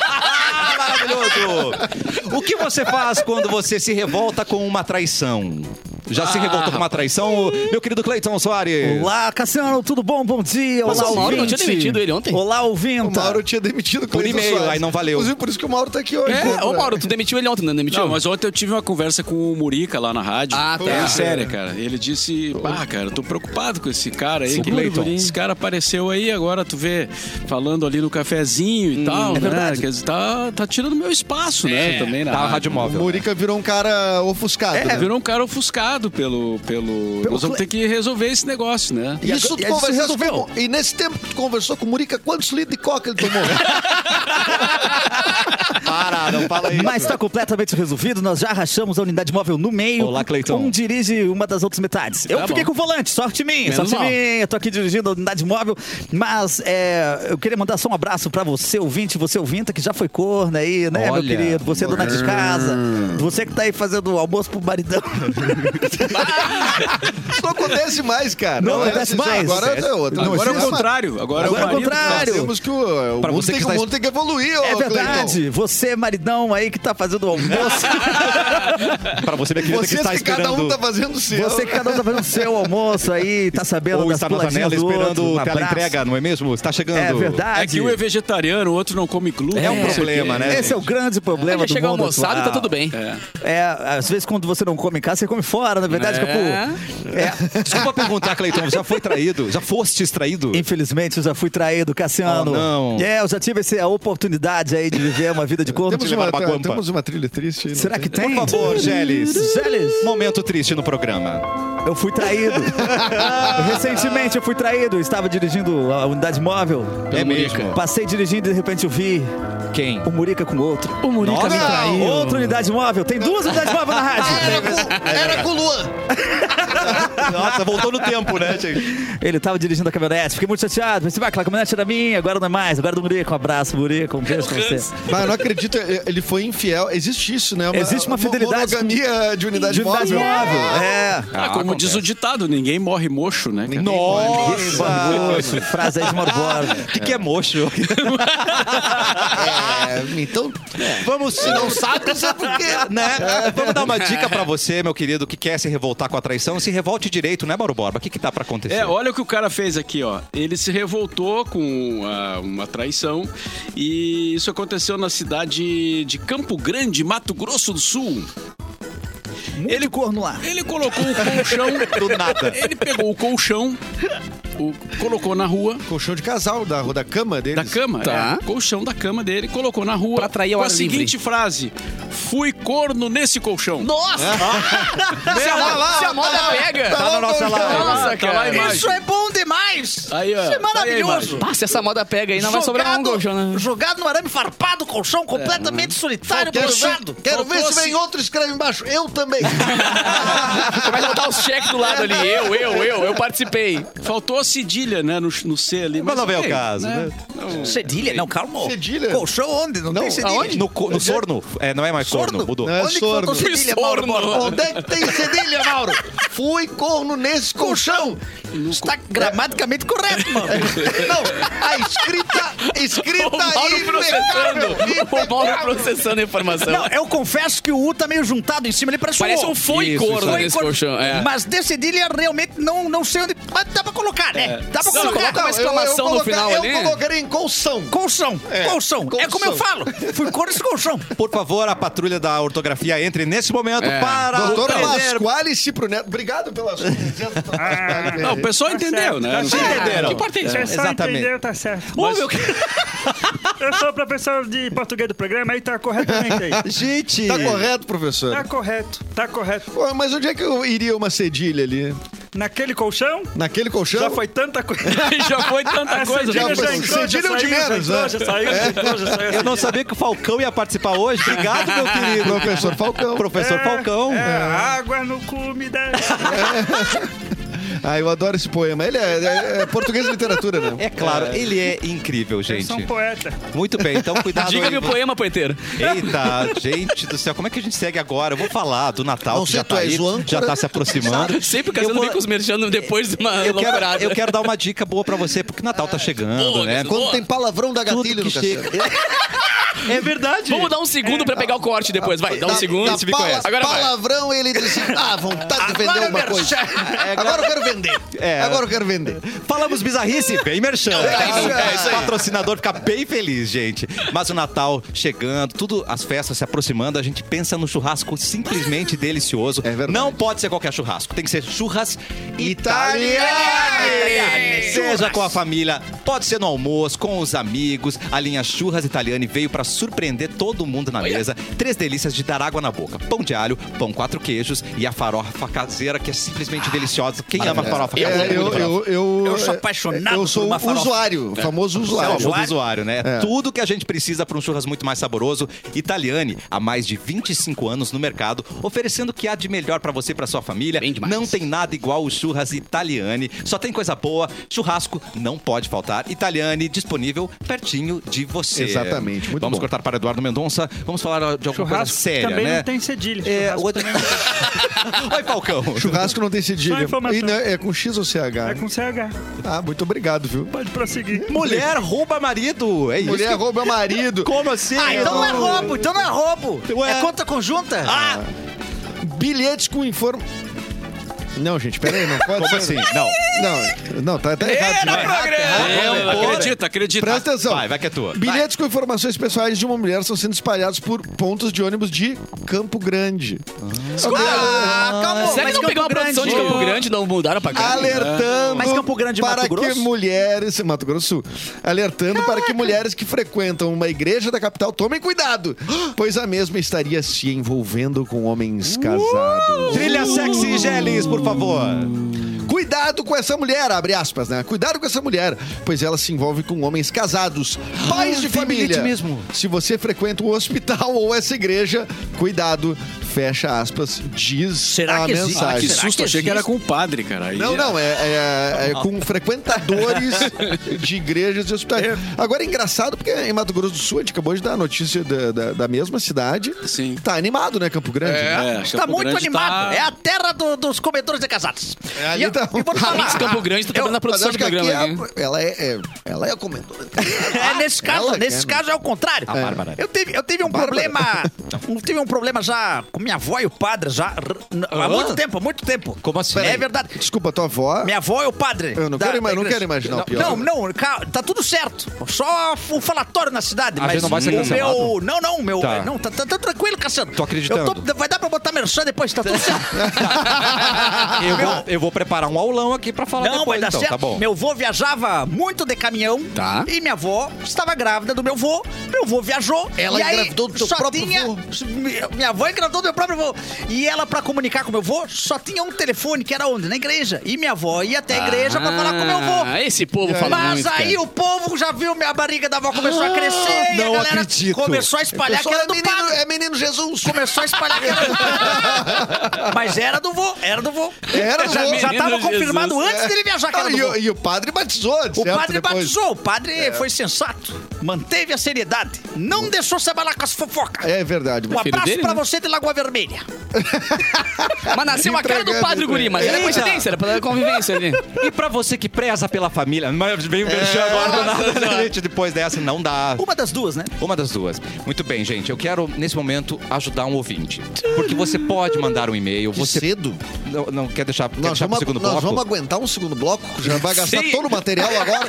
Ah, Maravilhoso! O que você faz quando você se revolta com uma traição? Já se revoltou com uma traição, meu querido Cleiton Soares? Olá, Cassiano, tudo bom? Bom dia. Mas Olá, o Mauro não tinha ouvinte. demitido ele ontem? Olá, ouvinta. O Mauro tinha demitido o Cleiton e-mail, Soares. aí não valeu. Inclusive, por isso que o Mauro tá aqui hoje. É, ô Mauro, tu demitiu ele ontem, não demitiu? Não, mas ontem eu tive uma conversa com o Murica lá na rádio. Ah, tá. É séria, cara. Ele disse, pá, cara, eu tô preocupado com esse cara aí. Sim, que Cleiton. Esse cara apareceu aí, agora tu vê, falando ali no cafezinho e tal, né? verdade. Quer dizer, tá, tá tirando meu espaço, né? Também na Da tá Rádio rádio. O Móvel. Murica virou um cara ofuscado, né? Virou um cara ofuscado, Estado, pelo. pelo... Nós vamos cle- ter que resolver esse negócio, né? E Isso tu e aí se conversaste resolveu. com... E nesse tempo que tu conversou com o Murica, quantos litros de coca ele tomou? Para, não fala isso. Mas está completamente resolvido, nós já rachamos a unidade móvel no meio. Olá, Cleiton. Um dirige uma das outras metades. Eu Tá fiquei bom. com o volante, sorte minha, Menos sorte mal. minha. Eu tô aqui dirigindo a unidade móvel, mas é, eu queria mandar só um abraço pra você, ouvinte, você ouvinta que já foi corna aí, né, Olha. meu querido? Você é dona de casa, você que tá aí fazendo almoço pro maridão. Isso não acontece mais, cara. Não é acontece assim, mais. Agora é Agora outra. é Agora o contrário. Agora Agora, é o o marido- contrário. Nós temos que o, o Pra mundo você tem que que, o tá- mundo tem que evoluir, ô, É Cleiton. verdade, você maridão aí que tá fazendo almoço, Para você, minha querida, que Vocês está que, cada um esperando... tá fazendo o seu. você que cada um tá fazendo o seu almoço aí, tá sabendo Ou das está na puladinhas janela do outro. esperando Um a tela abraço. entrega, não é mesmo? Está chegando. É verdade. É que um é vegetariano, o outro não come glúten. É um não sei o problema, quê. né? Esse é o grande problema Já do chega mundo almoçado e tá atual. tudo bem. É, às vezes quando você não come em casa, você come fora, na verdade, É. Capu. É. Desculpa perguntar, Cleiton, já foi traído? Já foste traído? Infelizmente, eu já fui traído, Cassiano. Oh, não. É, eu já tive essa oportunidade aí de viver uma vida de corno. Te Temos levar uma, pra guampa. temos uma trilha triste. né? aí, não Será tem? que tem? Por favor, Geles. Geles. Momento triste no programa. Eu fui traído. Recentemente eu fui traído. Eu estava dirigindo a unidade móvel. é mesmo. Passei dirigindo e de repente eu vi Quem? o Murica com outro. O Murica Nossa. me traiu. Ah, é Outra unidade móvel. Tem duas unidades móveis na rádio. Era com o Luan. Nossa, voltou no tempo, né, gente? Ele estava dirigindo a caminhonete. Fiquei muito chateado. Pensei, "Ah, aquela caminhonete era minha, agora não é mais. Agora é do Murica. Um abraço, Murica. Um beijo pra você. Mas eu não acredito, é, ele foi infiel. Existe isso, né? Existe uma fidelidade- Monogamia de unidade, De unidade móvel. móvel. É. Ah, como diz o ditado, ninguém morre mocho, né? cara? Nossa! Barbosa. Frase aí de Marborda. O que, que é mocho? É, então, Vamos, se não sabe, não sabe por quê. né? Vamos dar uma dica pra você, meu querido, que quer se revoltar com a traição. Se revolte direito, né, Mauro Borba? O que que tá pra acontecer? É, olha o que o cara fez aqui, ó. Ele se revoltou com ah, uma traição e isso aconteceu na cidade de Campo Grande, Mato Grosso do Sul. Ele corno lá. Ele colocou o colchão. Do nada. Ele pegou o colchão, o- colocou na rua, Colchão de casal, da, da cama da deles. cama, Tá. é, colchão da cama dele, colocou na rua. Pra atrair ao com a ar seguinte frase: Fui corno nesse colchão. Nossa! se, a, Tá lá, se a tá moda lá, pega! tá lá o colchão. Nossa, Tá lá a cara! imagem. Isso é bom demais! Aí, ó, Isso tá é aí a maravilhoso! imagem. Pá, se essa moda pega aí, não vai sobrar um colchão, né? jogado no arame farpado, colchão completamente solitário, Quero, ver, quero ver se vem outro escreve embaixo. Eu também. Começa a botar os cheques do lado ali. Eu, eu, eu, eu participei. Faltou a cedilha, né, no, no C ali. Mas não vem ao ok, caso, né? Não- Cedilha? Não, calma. Cedilha? Colchão onde? Não, tem cedilha. No, co- no sorno? É, não é mais sorno, Sorno? mudou. Não é Onde que faltou sorno. cedilha, Mauro? Sorno. Borba? Onde é que tem cedilha, Mauro? Fui corno nesse colchão. Está gramaticamente correto, mano. Não, a escrita, O escrita Mauro impecável. processando. O Mauro processando a Não, informação. eu confesso que o U tá meio juntado em cima, ele parece Parece um um O. foi Isso, corno isso aí. nesse colchão. É. Mas de cedilha realmente não, não sei onde... Mas dá pra colocar, né? Dá pra Não, coloca uma colocar. Não, eu- exclamação eu no colocar- final eu ali. colocaria em colção. Colchão, É, colchão. É como eu colchão. falo. Fui cor esse colchão. Por favor, a patrulha da ortografia entre nesse momento É. para Doutora aprender. Pasquale Cipro Neto, obrigado pela sua presença. doutora Pasquale. Não, o Tá pessoal entendeu, né? Vocês entenderam? Que parte é isso? O pessoal exatamente. entendeu, tá certo. Mas- Eu sou o professor de português do programa, aí tá corretamente aí. Gente! Tá correto, Tá professor? correto, tá correto. Pô, mas onde é que eu iria uma cedilha ali? Naquele colchão, Naquele colchão? já foi tanta coisa. Já foi tanta A coisa. cedilha já foi. já entrou, já Cedilha é o de saiu, já menos, entrou, né? já saiu, já entrou, já saiu. Eu não sabia que o Falcão ia participar hoje. Obrigado, meu querido. Professor Falcão. Professor Falcão. É, água no cu me dá. Ah, eu adoro esse poema. Ele é, é- é português de literatura, né? É claro, ele é incrível, Eu gente. sou um poeta. Muito bem, então É. cuidado Diga aí. meu poema, poeteiro. Eita, gente do céu, como é que a gente segue agora? Eu vou falar do Natal, Não que sei, já tu tá és aí, o âncora. já tá se aproximando. Sempre casando vou- vem com os merchan depois de uma Eu quero, loucurada. eu quero dar uma dica boa pra você, porque o Natal tá chegando, Ah, Boa, né? Gabriel. É. Quando tem palavrão da Tudo que gatilho no chega. cacete. É verdade. Vamos dar um É. segundo pra pegar o corte depois. Vai, dá um Da- segundo. da Esse bico é pala- esse. Agora vai. palavrão, ele diz assim, ah, vontade de vender Agora alguma eu quero coisa. Agora eu quero vender. É. Agora eu quero vender. Falamos bizarrice, bem merchan. é isso aí. O patrocinador fica bem feliz, gente. Mas o Natal chegando, tudo, as festas se aproximando, a gente pensa no churrasco simplesmente delicioso. É verdade. Não pode ser qualquer churrasco, tem que ser churras Italiane! italiane. Seja com a família, pode ser no almoço, com os amigos. A linha Churras Italiane veio pra para surpreender todo mundo na mesa. Três delícias de dar água na boca: pão de alho, pão quatro queijos e a farofa caseira, que é simplesmente deliciosa. Quem ama farofa? É, Todo mundo eu, ama farofa. eu, eu, Eu sou apaixonado Eu sou um por uma farofa. usuário, famoso É o um usuário. É. famoso usuário, né? Tudo que a gente precisa para um churras muito mais saboroso. Italiane, há mais de 25 anos no mercado, oferecendo o que há de melhor para você e para sua família. Bem demais. Não tem nada igual o churras Italiane. Só tem coisa boa. Churrasco não pode faltar. Italiane disponível pertinho de você. Exatamente, muito Vamos bom. cortar para Eduardo Mendonça. Vamos falar de alguma coisa Churrasco séria, também né? não tem cedilha. É, Churrasco outro... também não Oi, Falcão. Churrasco não tem Só cedilha. informação. E, né, é com X ou CH? É com CH. Ah, muito obrigado, viu? Pode prosseguir. Mulher rouba marido. É isso. Mulher que- rouba marido. Como assim? Ah, então não é roubo, então não é roubo. Ué. É conta conjunta? Ah, Bilhetes com inform... Não, gente, peraí, não pode Como ser. assim? Não. Não, não, tá, tá errado. Era É demais. programa! É, Eu, pô, acredita, acredita. Presta atenção. Vai, vai que é tua. Bilhetes com informações pessoais de uma mulher são sendo espalhados por pontos de ônibus de Campo Grande. Ah, calma, Será que mas não pegou uma Campo produção de Grande- Campo Grande e não mudaram pra cá? Alertando Mas Campo Grande, é para Mato que Grosso? mulheres, Mato Grosso, do Sul. alertando para que mulheres que frequentam uma igreja da capital tomem cuidado, pois a mesma estaria se envolvendo com homens casados. Trilha sexy, Gelis, por favor. Cuidado com essa mulher, abre aspas, né? Cuidado com essa mulher, pois ela se envolve com homens casados, pais de família. mesmo. Se você frequenta o hospital ou essa igreja, cuidado, fecha aspas, diz Será a que existe? Ah, que mensagem. Será susto, que achei que era existe? com o padre, cara. Aí Não, é- não, é, é- é com frequentadores de igrejas e hospitais. Agora é engraçado porque em Mato Grosso do Sul, a gente acabou de dar a notícia da, da, da mesma cidade. Sim. Tá animado, né, Campo Grande? É, Tá Campo muito Grande animado. tá- É a terra do- dos comedores de casados. É, ali e eu, tá- eu vou te falar. Esse Campo Grande tá trabalhando na Mas produção do acho que aqui programa. aqui. é a- ela é, é- ela é a comendadora. Ah, É, nesse caso, ela nesse quer, né? caso é o contrário. A Bárbara. Eu tive, eu tive um problema. Eu tive um problema já com minha avó e o padre já há muito tempo, há muito tempo. Como assim? É verdade. Desculpa, tua avó. Minha avó e o padre. Eu não da- quero ima- da não igreja. quero Tá imaginar o não, pior. Não, não, ca- tá tudo certo. Só o falatório na cidade. A mas gente não vai ser o cancelado? meu. Não, não, o meu. Tá. Não, tá, tá- tá tranquilo, Cassiano. Tô acreditando. Eu tô- vai dar pra botar merchan depois, tá tudo certo. Eu vou, eu vou preparar um aulão aqui pra falar Não, depois, vai dar então, certo. tá bom? Meu avô viajava muito de caminhão. Tá. E minha avó estava grávida do meu avô. Meu avô viajou. Ela e aí engravidou do teu só próprio tinha... vô? Minha- Minha avó engravidou do meu próprio avô. E ela, pra comunicar com meu avô, só tinha um telefone, que era onde? Na igreja. E minha avó ia até a igreja pra falar com meu avô. Ah, esse povo fala Mas muito, cara. aí o povo já viu minha barriga da avó começou a crescer e a não galera acredito. começou a espalhar que Pessoal, era é, do menino, padre. é menino Jesus. Começou a espalhar que era do padre. Mas era do vô, era do vô. Era do já, É. vô. já tava Menino confirmado Jesus. antes dele viajar que Ah, era do e, vô. o- e o padre batizou, O certo, padre depois. batizou, o padre foi sensato, manteve a seriedade, não deixou se abalar com as fofocas. É verdade. Um abraço dele, pra né? você de Lagoa Vermelha. Mas nasceu a cara do Entregando, padre Guri, mas era Eita. coincidência, era pra dar convivência ali. E pra você que preza pela família, mas vem o é, agora do nada, né, gente? Depois dessa, não dá. Uma das duas, né? Uma das duas. Muito bem, gente. Eu quero, nesse momento, ajudar um ouvinte. Porque você pode mandar um e-mail. Que Você cedo. não, não quer deixar, quer Nós deixar pro vamos, segundo nós bloco? vamos aguentar um segundo bloco. Já vai gastar todo o material agora.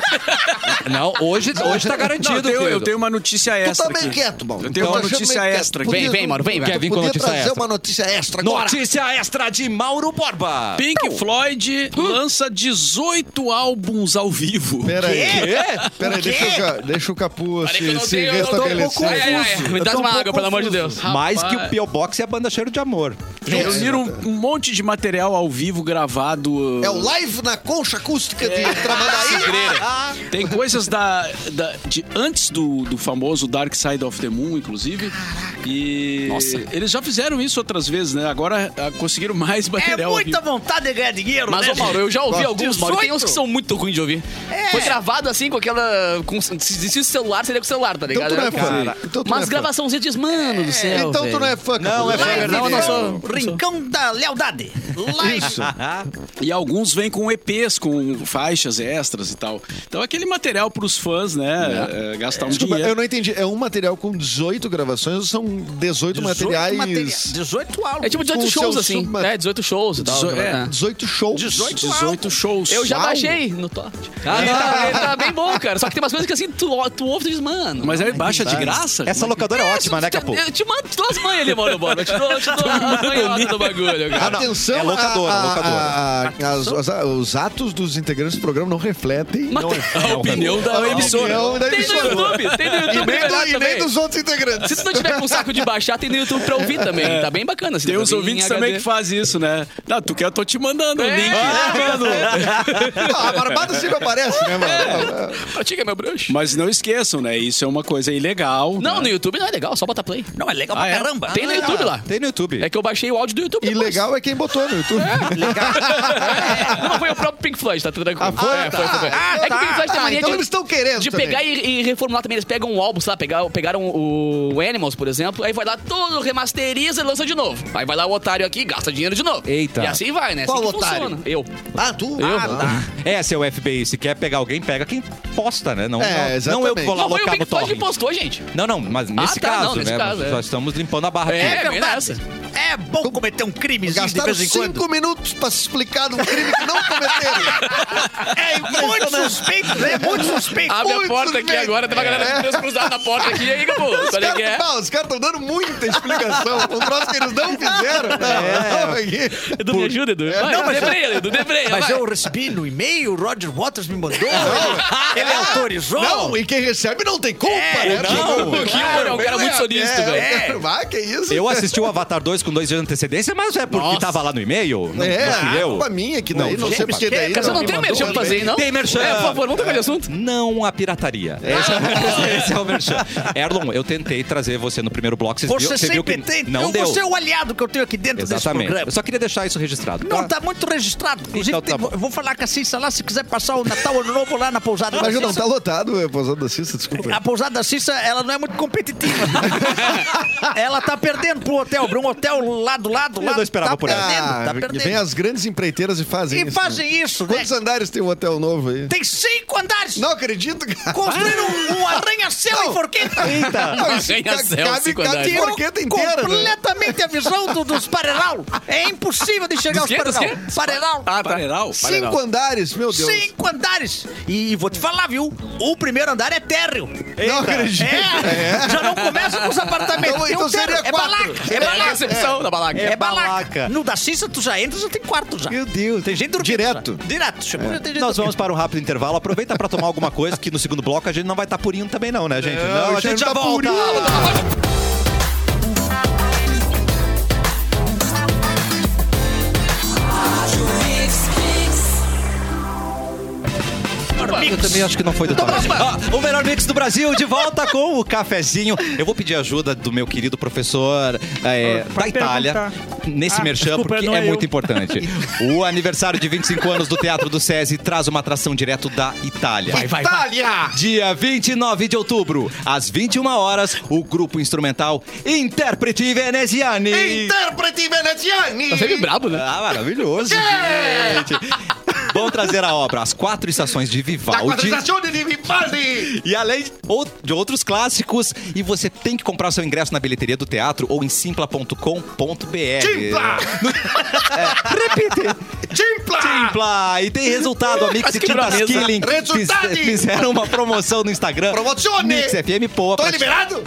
Não, hoje, hoje tá Não, eu, garantido, tenho, eu querido. tenho uma notícia Tu extra tá bem aqui. quieto, Mauro. Eu tenho Tô uma achando notícia meio quieto. extra aqui. Vem, vem, Mauro, vem, vai. Quer vir com Podia notícia trazer extra? uma notícia extra agora. Notícia extra de Mauro Borba. Pink Floyd lança 18 álbuns ao vivo. Peraí. Peraí, deixa, o ca- deixa o Capu Peraí que eu se, não se tenho- eu tô um pouco É, restabelecer. Ai, é, ai, ai, Me dá uma um água, pelo amor de Deus. Mais que o P.O. Box e a banda Cheiro de Amor. Reuniram um um monte de material ao vivo gravado. É o live na concha acústica de Tramandaí. Tem coisas da, da- de antes do, do famoso Dark Side of the Moon, inclusive. E eles já fizeram isso outras vezes, né? Agora ah, conseguiram mais É material. ao muita vontade de ganhar dinheiro, Mas, né? ô Mauro, eu já ouvi Gosto. alguns, Mauro. Tem uns que 18? são muito ruins de ouvir. Foi gravado assim com aquela. Com, se existisse o celular, seria com o celular, tá Então ligado? tu não é Era fã. com- Cara, Então tu não é Mas fã. gravaçãozinha diz, mano do céu. Então tu velho. não é fã, Capu. Não, é fã, Live verdade. Não, não sou. Rincão da Lealdade. Live. Isso. vivo. E alguns vêm com EPs, com faixas extras e tal. Então aquele material pros fãs, né? eh, gastar um Desculpa, dinheiro. eu não entendi. É um material com 18 gravações ou são 18, materiais. materia- 18 álbuns. É tipo Com 18 seus shows, assim. subma- É, 18 shows e tal. Dezo- né? é. 18 shows. 18, 18 shows. Eu já Uau. baixei no top. Ah, não, ele tá bem bom, cara. Só que tem umas coisas que assim, tu, tu ouve e tu diz, mano. tá Mas é aí baixa de graça? Essa locadora é ótima, né, Capu? Eu te mando todas as manhas ali, Mauro Borba. Eu te dou, eu te dou a a manhota do bagulho, cara. Atenção, é locadora, a- a- locadora. a- a- as- os, os atos dos integrantes do programa não refletem Mas tem- a opinião da emissora. opinião da Tem no emissora. YouTube, tem no YouTube. e nem, liberado do- e nem também. dos outros integrantes. Se tu não tiver com saco de baixar, tem no YouTube pra ouvir também. Tá bem bacana. assim, Tem tá uns bem ouvintes em também HD. que fazem isso, né? Não, tu quer, eu tô te mandando o É. link. né, Ah, Ah, a barbada sempre aparece, né, mano? Pratica, meu bruxo. Mas não esqueçam, né? Isso é uma coisa ilegal. Não, né? no YouTube não é legal, só botar play. Não, é legal Ah, pra é? caramba. Tem né? no YouTube lá. Tem no YouTube. É que eu baixei o áudio do YouTube E depois. legal é quem botou no YouTube. É. Não, foi o próprio Pink Floyd, tá tranquilo. Ah, foi? É, foi, foi, foi. Ah, é que o Pink Floyd tem a Ah, mania então de, eles estão querendo de também. pegar e, e reformular também. Eles pegam um álbum, sei lá, pegar, pegaram o Animals, por exemplo, aí vai lá todo, remasteriza e lança de novo. Aí vai lá o otário aqui, gasta dinheiro de novo. Eita. E assim vai, né? Assim Qual que otário? funciona. Eu. Ah, tu? Eu? Ah, tá. É, seu FBI, se quer pegar alguém, pega quem posta, né? Não, É, não, não eu que exatamente. vou lá Não foi o alocar no Pink Floyd que torre. postou, gente. Não, não, mas nesse tá, caso, não, nesse né? caso, é. Nós estamos limpando a barra É, aqui. é verdade. É bom cometer um crime de Gastaram vez em quando. cinco minutos pra se explicar de um crime que não cometeram. É muito suspeito, é muito suspeito. Abre a Muito porta aqui suspeito. agora, tem uma galera com É. Deus cruzado na porta aqui, e aí, Gabu? Os Olha que é. caras tá pá, os caras estão dando muita explicação. Um troço que eles não fizeram. É. Edu, me ajuda, Edu. Vai, não, mas debreia, Edu, debreia. Mas vai. eu recebi no e-mail, o Roger Waters me mandou, ele autorizou. Não, e quem recebe não tem culpa, É, né? Não, o Gilmore é um Claro, cara muito solícito, é, velho. é. Vai, que isso? Eu assisti o Avatar 2 com dois dias de antecedência, mas é porque Nossa. tava lá no e-mail. Não, É, não fui a eu. culpa minha que daí, não, sei porque daí. é, Cara, você não tem me merchan mandou, pra fazer aí, não? Tem merchan. É, por favor, vamos trocar de assunto. Não a pirataria. Ah, Esse, é- esse é o merchan. Erlon, eu tentei trazer você no primeiro bloco. Vocês viu, Você você viu sempre que tem. não é eu deu. vou ser o aliado que eu tenho aqui dentro desse Exatamente. programa. Eu só queria deixar isso registrado. Não, tá muito registrado. Inclusive, Então tá tem- bom. eu vou falar com a Cissa lá, se quiser passar o Natal Ano Novo lá na pousada Mas da não, Cissa. tá lotado é, a pousada da Cissa, desculpa. A pousada da Cissa, ela não é muito competitiva. ela tá perdendo pro hotel, pro um hotel lá do lado. Eu lá, não esperava tá por essa. perdendo, Ah, Tá perdendo, Vem as grandes empreiteiras e fazem E isso. né? fazem isso, né? Quantos andares tem um hotel novo aí? Tem cinco andares. Não acredito, cara. Construíram um, um arranha-céu em Forqueta. Não, isso Arranha-céu, cabe, cinco cabe é. andares. em Forqueta inteira, né? completamente a visão do- dos Pareral. É impossível de chegar Dos aos quê? Dos Pareral. quê? Pareral. Ah, tá. Pareral? Cinco andares, meu Deus. Cinco andares. E vou te falar, viu? O primeiro andar é térreo. Não acredito. É. Já não começa com os apartamentos. Então- Tem um então seria térreo. É quatro. balaca. É É balaca. balaca. recepção da balaca. É, balaca. balaca. No da Cissa, tu já entra, já tem quarto já. Meu Deus. Tem gente dormindo. né? Direto. já. Direto. Chegou, já tem gente Nós dormindo. vamos para um rápido intervalo. Aproveita para tomar alguma coisa, que no segundo bloco a gente não vai estar purinho também, não, né, gente? Não, a gente já tá volta. purinho. Eu também acho que não foi do Tomás. próxima. Então Ó, O melhor mix do Brasil, de volta com o cafezinho. Eu vou pedir ajuda do meu querido professor é, Pra da Itália perguntar. nesse Ah, merchan, desculpa, porque não é é muito eu. importante. O aniversário de 25 anos do Teatro do SESI traz uma atração direto da Itália. vai, vai. Dia 29 de outubro, às 21 horas, o grupo instrumental Interpreti Veneziani. Interpreti veneziani! Tá sempre brabo, né? Ah, maravilhoso, gente. Vão trazer a obra As Tá, Quatro Estações de Vivaldi. de Vivaldi! E além ou- de outros clássicos, e você tem que comprar o seu ingresso na bilheteria do teatro ou em simpla.com.br. Simpla! Timpla! Ah! Simpla! E tem resultado, a Mix Mas e que Tintas beleza. Killing fiz- Resultade! fizeram uma promoção no Instagram. Promozione! Mix FM Poa. Tô pra- liberado?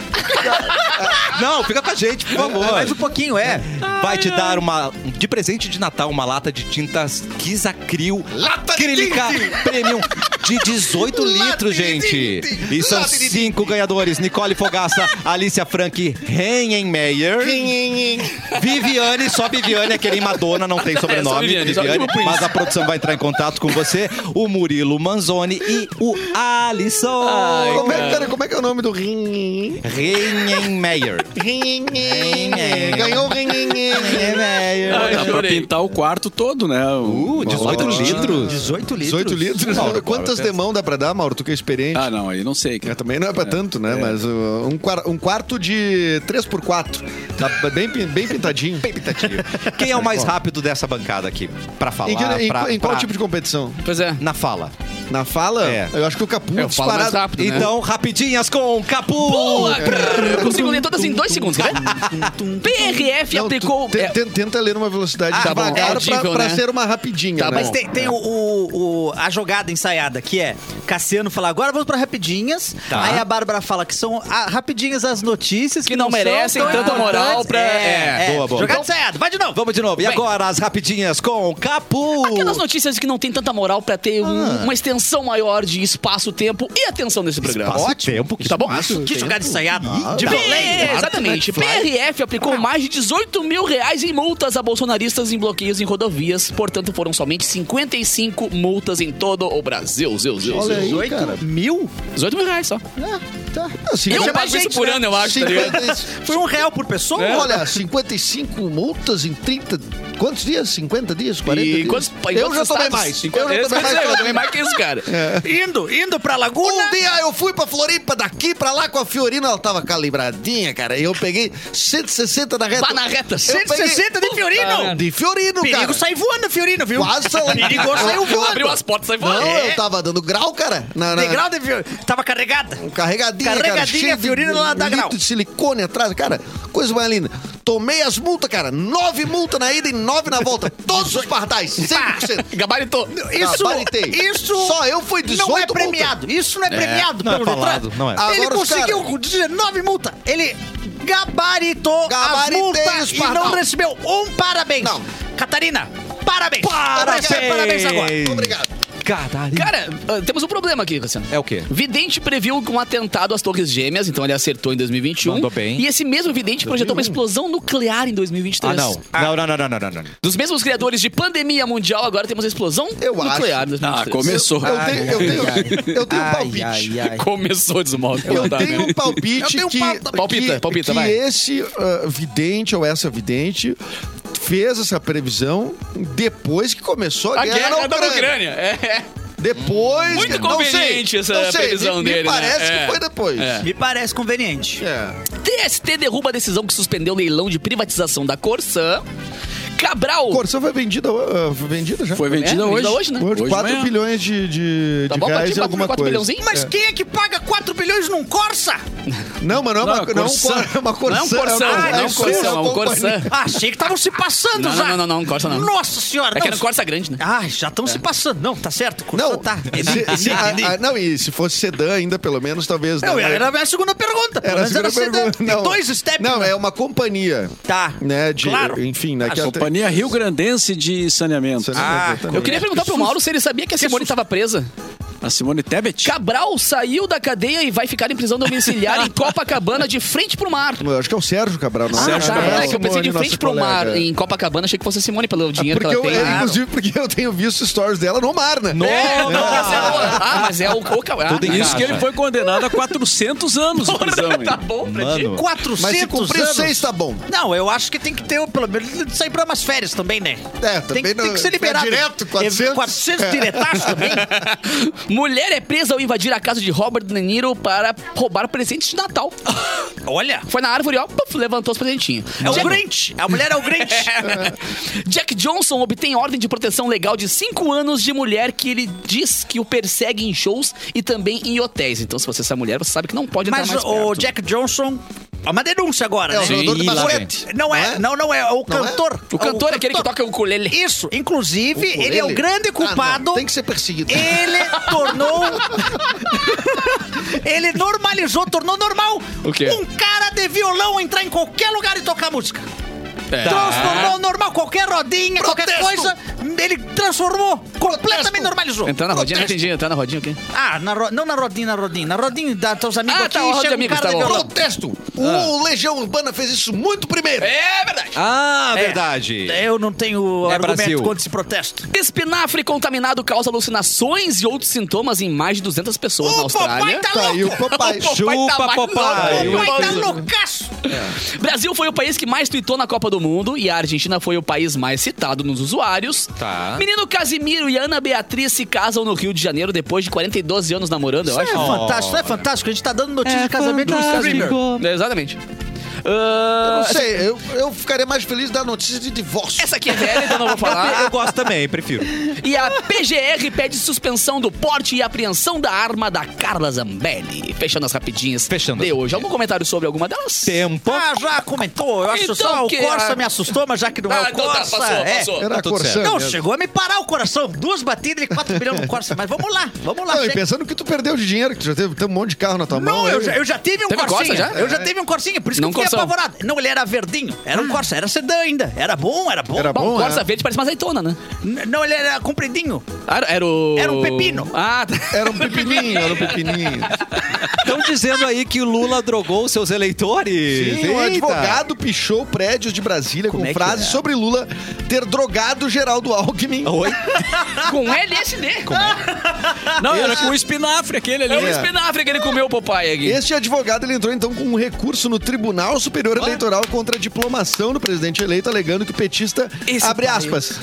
Não, fica com a gente, por favor. Mais um pouquinho, é. Vai te dar uma de presente de Natal uma lata de tintas Kisacril Lata de acrílica tinte! premium de 18 Lata litros, de gente. tinte! E são Lata de cinco ganhadores: Nicole Fogaça, Alicia Frank, Henenmeyer, Viviane, só Viviane, aquele Madonna, não tem É, só sobrenome. Viviane, só Viviane, tipo Prince. mas a produção vai entrar em contato com você, o Murilo Manzoni e o Alisson. Como é, cara, como é que é o nome do rim? Henenmeyer. Rim, É. Ganhou o rim. Henenmeyer. Ai, Dá pra chorei. pintar o quarto todo, né? O- Uh, 18 Olha. litros? 18 litros. 18 litros. Mauro, Quantas Mauro, demão dá pra dar, Mauro? Tu que é experiente. Ah, não, aí não sei. É, cara. também não é pra tanto, né? Mas uh, um, quar- um quarto de 3x4. Tá bem, pin- bem pintadinho. Bem pintadinho. Quem é o mais rápido dessa bancada aqui? Pra falar, Em, que- em- pra- em qual pra- tipo de competição? Pois é. Na fala. Na fala, É. eu acho que o Capu Eu falo mais disparado. rápido, né? Então, rapidinhas com Capu. Boa! Brrr, Eu consigo ler todas em dois segundos, cara. PRF Não, tu aplicou. te- é, te- tenta ler numa velocidade Ah, tá bom. É devagar pra- pra, audível, né? ser uma rapidinha. Tá né? Mas tem, tem o, o- o- a jogada ensaiada, que é Cassiano fala, agora vamos pra rapidinhas. Aí a Bárbara fala que são a- rapidinhas as notícias que, Que não são merecem tão tanta importantes. moral pra- É, é. é. Boa, boa. Jogada Então- ensaiada, vai de novo. Vamos de novo. E Bem. agora as rapidinhas com Capu. Aquelas notícias que não tem tanta moral pra ter Ah. um- uma extensão maior de espaço, tempo e atenção nesse programa. Tempo que Tá bom? Que jogada ensaiada. De Belém, né? exatamente. PRF aplicou mais de 18 mil reais em multas a bolsonaristas em bloqueios em rodovias. Portanto, foram somente 55 multas em todo o Brasil. Zeu, zeu, Olha zeu. aí, cara. Mil? 18 mil reais só. Tá. Não, Eu é cinquenta- mais pago isso gente, por né? ano, eu acho. tá ligado? 50 Foi um real por pessoa? É? Olha, 55 multas em 30. Quantos dias? 50 dias? 40 E dias? quantos, em eu quantos já tomei estados? mais. Em quantos- eu já tomei mais. Eu tomei mais que isso, cara. Indo, indo pra Laguna. Um dia eu fui pra Floripa, daqui pra lá com a Fiorina, ela tava calibradinha, cara. E eu peguei 160 na reta. Vá na reta. Eu peguei- 160 de Fiorino. De Fiorino, cara. Perigo sai voando, Fiorino, viu? Quase saiu. Perigo saiu voando. Abriu as portas e saiu Não, voando. É. eu tava dando grau, cara. Na, na... Degrau de Fiorino. Tava carregada. Carregadinha, Um cara, Carregadinha, cheio Fiorino lá da litro grau. de silicone atrás, cara. Coisa mais linda. Tomei as multas, cara. Nove multas na ida e nove na volta. Todos os pardais, 100%. Gabaritou. Isso, Gabaritei. isso Só eu fui 18 não é multa. premiado. Isso não é premiado não é pelo Detran. falado, não é. Ele Agora os conseguiu 19 multas. Ele gabaritou as Gabaritei multas os e pardal. não recebeu um parabéns. Não. Catarina, parabéns. Parabéns. Parabéns agora. Obrigado. Caralho. Cara, ah, temos um problema aqui, Cassiano. É o quê? Vidente previu um atentado às Torres Gêmeas, então ele acertou em 2021. Mandou bem. E esse mesmo vidente projetou uma explosão nuclear em 2023. Ah, não. Não, não, não, não, não, não, não. Dos mesmos criadores de pandemia mundial, agora temos a explosão Eu nuclear. em 2023. Ah, começou. Eu tenho, eu tenho, eu tenho um palpite. Começou desmonte. Eu tenho um palpite Eu tenho um que, palpite. É Palpita, que, palpita, que vai. esse ah, vidente ou essa vidente fez essa previsão depois que começou a, A guerra da Ucrânia. É. Depois Muito que- não sei, conveniente essa não sei, previsão me, me dele, né? parece que É. foi depois. É. Me parece conveniente. É. TST derruba a decisão que suspendeu o leilão de privatização da Corsã. Cabral. Corção foi vendida, ah, foi vendida já? Foi É, vendida hoje. vendida hoje, né? Hoje, 4 manhã. bilhões de, de, Tá de bom, bati reais e 4 alguma coisa. bilhãozinho, mas Mas quem é que paga 4 bilhões num Corsa? Não, mas não Não, é uma, não, é um Corsan. cor- é uma não é Corsan. um Corsã, uma- não é um uma Corsã, é um companhia. Corsã. Achei que estavam se passando Não, já. não, não, não, não, Corsa não. Nossa senhora. É que era não. um Corsa grande, né? Ah, já estão se passando. Não, tá certo. Corsa É. Não, tá. se, se, a, a, não, e se fosse sedã ainda, pelo menos, talvez. Não, né? era a minha segunda pergunta. Era a mas era segunda sedã. pergunta. Tem dois steps. Não, é uma companhia. Tá. Né, de, Claro. Enfim, né, que até- Companhia Rio Grandense de Saneamento. Ah, né, exatamente. Eu queria perguntar pro Mauro se ele sabia que a Simone estava presa. A Simone Tebet. Cabral saiu da cadeia e vai ficar em prisão domiciliar em Copacabana de frente pro mar. Eu acho que é o Sérgio Cabral, não Ah, Sérgio tá. Cabral. É que eu pensei de Simone, frente nosso pro mar colega. em Copacabana, achei que fosse a Simone pelo dinheiro Porque que ela eu, tem. é, inclusive, porque eu tenho visto stories dela no mar, né? Nossa, É. Ah, mas é o. o ah, Tudo em Isso que ele foi condenado a 400 anos de prisão. hein? Tá bom, pra ti. mano. 400 Mas se cumprir anos. seis, tá bom. Não, eu acho que tem que ter, pelo menos, sair pra umas férias também, né? Tem, É, também que- não- tem que ser ficar liberado. direto, 400. É, 400 diretaço também. Mulher é presa ao invadir a casa de Robert De Niro para roubar presentes de Natal. Olha, Foi na árvore, ó, puf, levantou os presentinhos. é o Grinch. A mulher é o Grinch. tá Jack Johnson obtém ordem de proteção legal de 5 anos de mulher que ele diz que o persegue em shows e também em hotéis. Então, se você é essa mulher, você sabe que não pode Mas entrar mais o perto. Jack Johnson... É uma denúncia agora, É o né? jogador de Sim, lá basquete. Não é, não, não é. É o cantor. O cantor é aquele que toca o ukulele. Isso. Inclusive, ele é o grande culpado... Ah, não, tem que ser perseguido. Ele tornou. ele normalizou, tornou normal O quê? um cara de violão entrar em qualquer lugar e tocar música. É. Tá. Transformou normal, qualquer rodinha, qualquer coisa, ele transformou, completamente normalizou. Entrar na rodinha, não entendi. Entrar na rodinha o quê? Ah, na ro- não na rodinha, na rodinha, na rodinha da teus amigos Ah, aqui, tá, roda de chega um amigos, cara tá de bom. violão. Protesto. O Legião Urbana fez isso muito primeiro. É verdade. Ah, verdade. Eu não tenho É argumento Brasil. contra esse protesto. Espinafre contaminado causa alucinações e outros sintomas em mais de 200 pessoas na O papai Austrália. tá Tá aí louco! o papai. O papai Chupa, tá mais louco, papai. o O papai tá louco. loucaço! Brasil foi o país que mais tweetou na Copa do Mundo e a Argentina foi o país mais citado nos usuários. Tá. Menino Casimiro e Ana Beatriz se casam no Rio de Janeiro depois de 42 anos namorando, eu Isso é acho. fantástico, isso é fantástico. A gente tá dando notícia de casamento no streamer. É, Exatamente. Ah, Não sei, eu, eu ficaria mais feliz da notícia de divórcio. Essa aqui é velha, então não vou falar. Eu gosto também, prefiro. E a PGR pede suspensão do porte e apreensão da arma da Carla Zambelli. Fechando as rapidinhas. Fechando De as hoje. Algum comentário sobre alguma delas? Tempo. Ah, já comentou. Eu acho Então só o que- Corsa me assustou, mas já que não é Ah, o então tá, Corsa. passou, é. passou. Era tudo Corsã. certo. Não, mesmo. chegou a me parar o coração. Duas batidas e 4 milhões no Corsa. Mas vamos lá, vamos lá. Não, e chega. pensando que tu perdeu de dinheiro, que tu já teve tem um monte de carro na tua mão. Não, eu aí. já, eu já tive um Teve Corsa Corsinha. já? Eu já tive um Corsinha, por isso Não que eu fiquei Corsão. apavorado. Não, ele era verdinho. Era um Corsa, era sedã ainda. Era bom, era bom. Hum. Era tá Bom, bom, é. Corsa né? Verde parece uma azeitona, né? N- Não, ele era compridinho. Ah, Era, o... Era um pepino. Ah, tá. Era um pepininho, era um pepininho. Estão dizendo aí que o Lula drogou seus eleitores. Sim, um Eita. advogado pichou prédios de Brasília Como com é que frases é? sobre Lula ter drogado Geraldo Alckmin. Oi? com LSD. Não, era com o espinafre aquele ali. É o É. espinafre que ele comeu o papai aqui. Este advogado ele entrou então com um recurso no Tribunal Superior Eleitoral contra a diplomação do presidente eleito, alegando que o petista, Esse abre pai. aspas,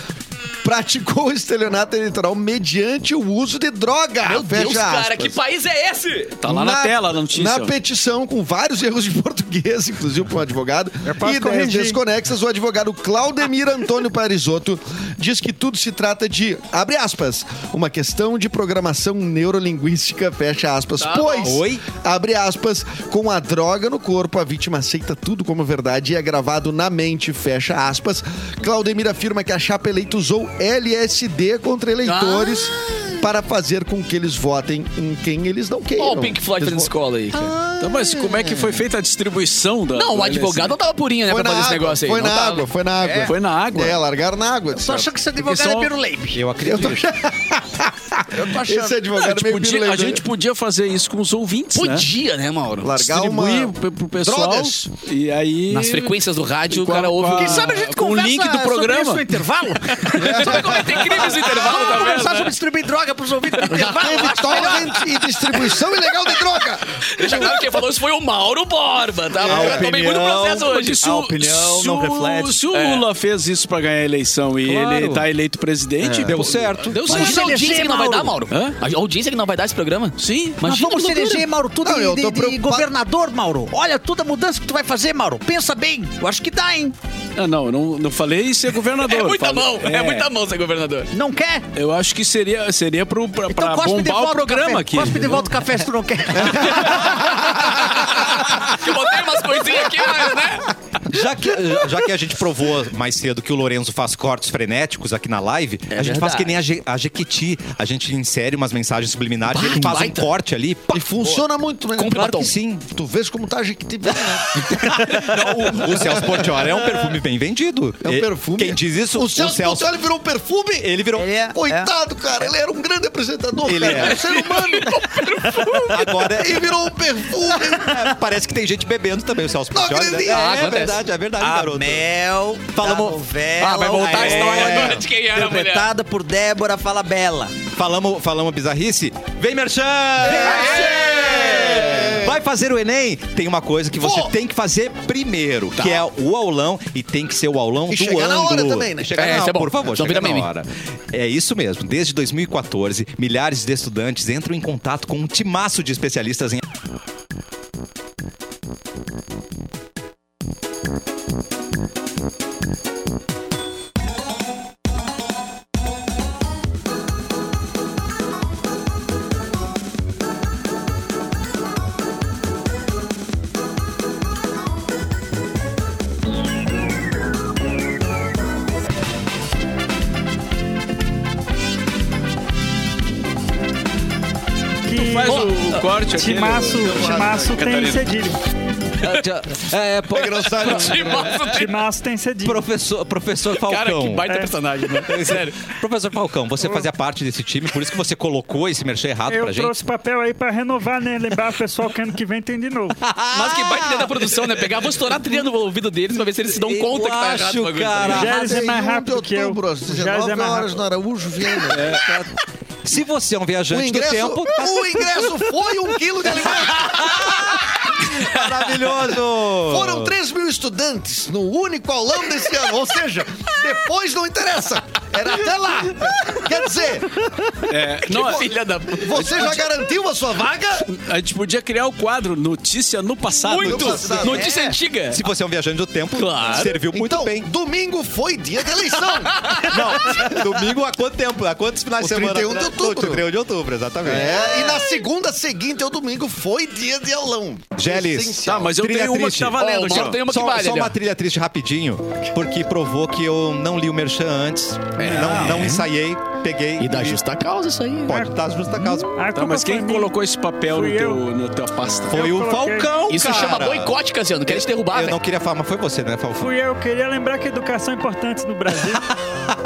praticou o estelionato eleitoral mediante o uso de É, droga. Meu fecha Deus, cara, aspas. que país é esse? Tá lá na, tela, não tinha. Na petição, com vários erros de português, inclusive para um advogado, pra e ideias corrigir. desconexas, o advogado Claudemir Antônio Parisotto diz que tudo se trata de, abre aspas, uma questão de programação neurolinguística, fecha aspas, Tá pois, bom. Oi? abre aspas, com a droga no corpo, a vítima aceita tudo como verdade e é gravado na mente, fecha aspas. Claudemir afirma que a chapa eleita usou LSD contra eleitores Ah! para fazer com que eles votem em quem eles não queiram. Olha o Pink Floyd Eles fazendo vo- escola aí, cara. Então, mas como é que foi feita a distribuição da. Não, do o advogado não tava purinho, né, Foi pra na fazer esse água, negócio aí. foi Não na tava. água, foi na água. É, foi na água. É, largaram na água. Só achando que esse advogado só- é piruleibe. Eu acredito. Eu tô achando. Esse A advogado gente, meio né? podia, a pirulento, gente podia fazer isso com os ouvintes, né? Podia, né, Mauro? Largar uma... Distribuir pro- pro pessoal. Drogas. E aí. Nas frequências do rádio, o Com a- cara ouve... com a- Quem sabe a um gente Com o conversa link do sobre programa. isso no intervalo? Sabe como é que tem crimes no intervalo, Vamos talvez, conversar né? sobre distribuir droga pros ouvintes no Já intervalo? teve torrent e distribuição ilegal de droga. Deixa claro que quem falou isso foi o Mauro Borba, tá? Eu tomei muito processo hoje. Porque se o- se o- Se o Lula fez isso pra ganhar a eleição e Claro. ele tá eleito presidente. Deu pô, certo. Deus, Mas imagina a audiência eleger, que não vai dar, Mauro. Mauro. Hã? A audiência que não vai dar esse programa. Sim, Mas Imagina vamos que se loucura. eleger, Mauro, tudo Não, eu de, tô de- de preocupado. governador, Mauro. Olha toda a mudança que tu vai fazer, Mauro. Pensa bem. Eu acho que dá, hein? Ah, não, eu não, não falei em ser governador. É muita Falei- mão, é. muita mão ser governador. Não quer? Eu acho que seria, seria pro, pra, pra Então cospe de bombar volta o programa café. aqui. Cospe de volta o café se tu não quer. Eu botei umas coisinhas aqui, mas, né? Já que, já que a gente provou mais cedo que o Lorenzo faz cortes frenéticos aqui na live, a gente faz verdade. que nem a, Je a Jequiti. A gente insere umas mensagens subliminares, Bah, ele faz baita. um corte ali. pá, E funciona muito, né? Compre Claro batom. que sim. Tu vês como tá a gente... Não, o, o Celso Portiolli é um perfume bem vendido. É um E- perfume. Quem diz isso? O Celso, Portiolli virou um perfume? Ele virou. Ele é- Coitado, cara. Ele era um grande apresentador, Ele cara. é. Era um ser humano. Agora e virou um perfume. É, parece que tem gente bebendo também, o Celso Não Portiolli. acredito. né? Ah, É, acontece. verdade, é verdade, garoto. Mel Fala, da mo- novela. Ah, vai voltar a história Ué. agora de quem era a mulher. Interpretada é. por Débora Fala Bela. Falamos, falamos bizarrice? Vem, Merchan! Aê! Vai fazer o Enem? Tem uma coisa que você Vou! tem que fazer primeiro, que é o aulão, e tem que ser o aulão E do chegar na ângulo. hora também, né? Chegar É, na isso é bom. por favor, Não chegar vira na meme. hora. Então É isso mesmo. Desde 2014, milhares de estudantes entram em contato com um timaço de especialistas em Que Faz o, o corte aqui. é um Timaço, timaço tem Catarina. cedilho. É, Tipo, po- Timaço tem cedilho. professor, professor Falcão. Cara, que baita É. personagem, né? Sério. Professor Falcão, você fazia parte desse time, por isso que você colocou esse merchan errado Eu pra gente. trouxe papel aí pra renovar, né? Lembrar o pessoal que ano que vem tem de novo. Mas que baita ideia da produção, né? Pegar, vou estourar a trilha no ouvido deles pra ver se eles se dão Eu conta que tá errado. acho, o bagulho. cara. O Gélis é mais 31 rápido que de eu. outubro, às O Gélis 19 é mais horas rápido. no Araújo Viana. Se você é um O viajante do ingresso, tempo, tá o ingresso foi um quilo de alimento. Maravilhoso! Foram 3 mil estudantes no único aulão desse ano. Ou seja, depois não interessa. Era até lá. Quer dizer, É, não, a- Filha da... você já garantiu a sua vaga? a gente podia criar o quadro Notícia no Passado. Muito! passado. Notícia É. antiga. Se você é um viajante do tempo, Claro. serviu muito então, bem. domingo foi dia da eleição. Não, domingo há quanto tempo? Há quantos finais O de semana? 31 de atrás? outubro. O 31 de outubro, exatamente. É, e na segunda seguinte ao domingo foi dia de aulão. Gélis. Essencial. Tá, mas eu Trilha tenho uma que triste. tá valendo Ó, aqui, só ó. tem uma que só, vale só ali, ó. uma trilha triste rapidinho, porque provou que eu não li o Merchan antes, não, não ensaiei, peguei. É. E da justa causa isso aí. né? Hum. Pode estar justa causa. A Tá, culpa mas quem foi minha. colocou esse papel Fui no teu, eu. na tua pasta? Foi Eu o coloquei. Falcão, Isso cara. chama boicote, Casiano. Quer te derrubar, Eu velho. não queria falar, mas foi você, né, Falcão? Fui eu, queria lembrar que educação é importante no Brasil.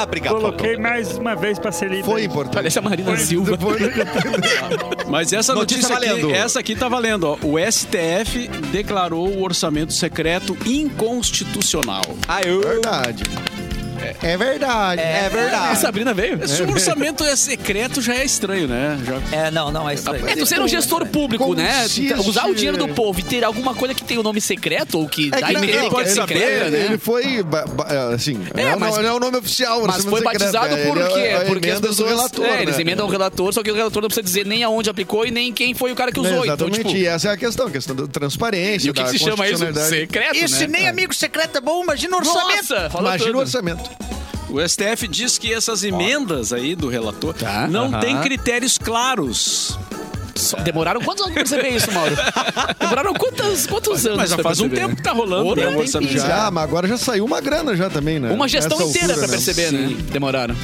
Obrigado, Coloquei Falcão. mais uma vez pra ser líder. Foi importante. Parece a Marina Silva. Mas essa Notícia notícia, valendo. aqui, essa aqui tá valendo, ó. O STF declarou o orçamento secreto inconstitucional. Ah, eu... Verdade. É verdade. É A verdade. Sabrina veio. Se o orçamento é secreto, já é estranho, né? Já- É, não, não, é estranho. É, tu ser um gestor público, Consiste- né? Usar o dinheiro do povo e ter alguma coisa que tem o nome secreto ou que É dá que entender não, que pode ele- ser secreta, ele, Tá né? ele foi, ba- ba- assim, É, não, mas- não- não é o nome oficial. Mas orçamento foi secreto, batizado né? por Ele é- quê? é a Porque as emenda do pessoas. relator, é, né? eles emendam o relator, só que o relator não precisa dizer nem aonde aplicou e nem quem foi o cara que usou. então, Exatamente, tipo, e essa é a questão, a questão da transparência, e o que, da que se chama isso? constitucionalidade. Secreto, Isso né? e nem amigo secreto é bom, imagina o orçamento. Nossa, fala Imagina tudo. o orçamento. O STF diz que essas emendas aí do relator Tá, não aham. têm critérios claros. Só- Demoraram quantos anos pra perceber isso, Mauro? Demoraram quantos, quantos anos? Mas já pra faz um perceber? tempo que tá rolando, Ora, né? tem O orçamento que- já. Já, mas agora já saiu uma grana já também, né? Uma gestão Nessa inteira altura, pra perceber, né? Demoraram.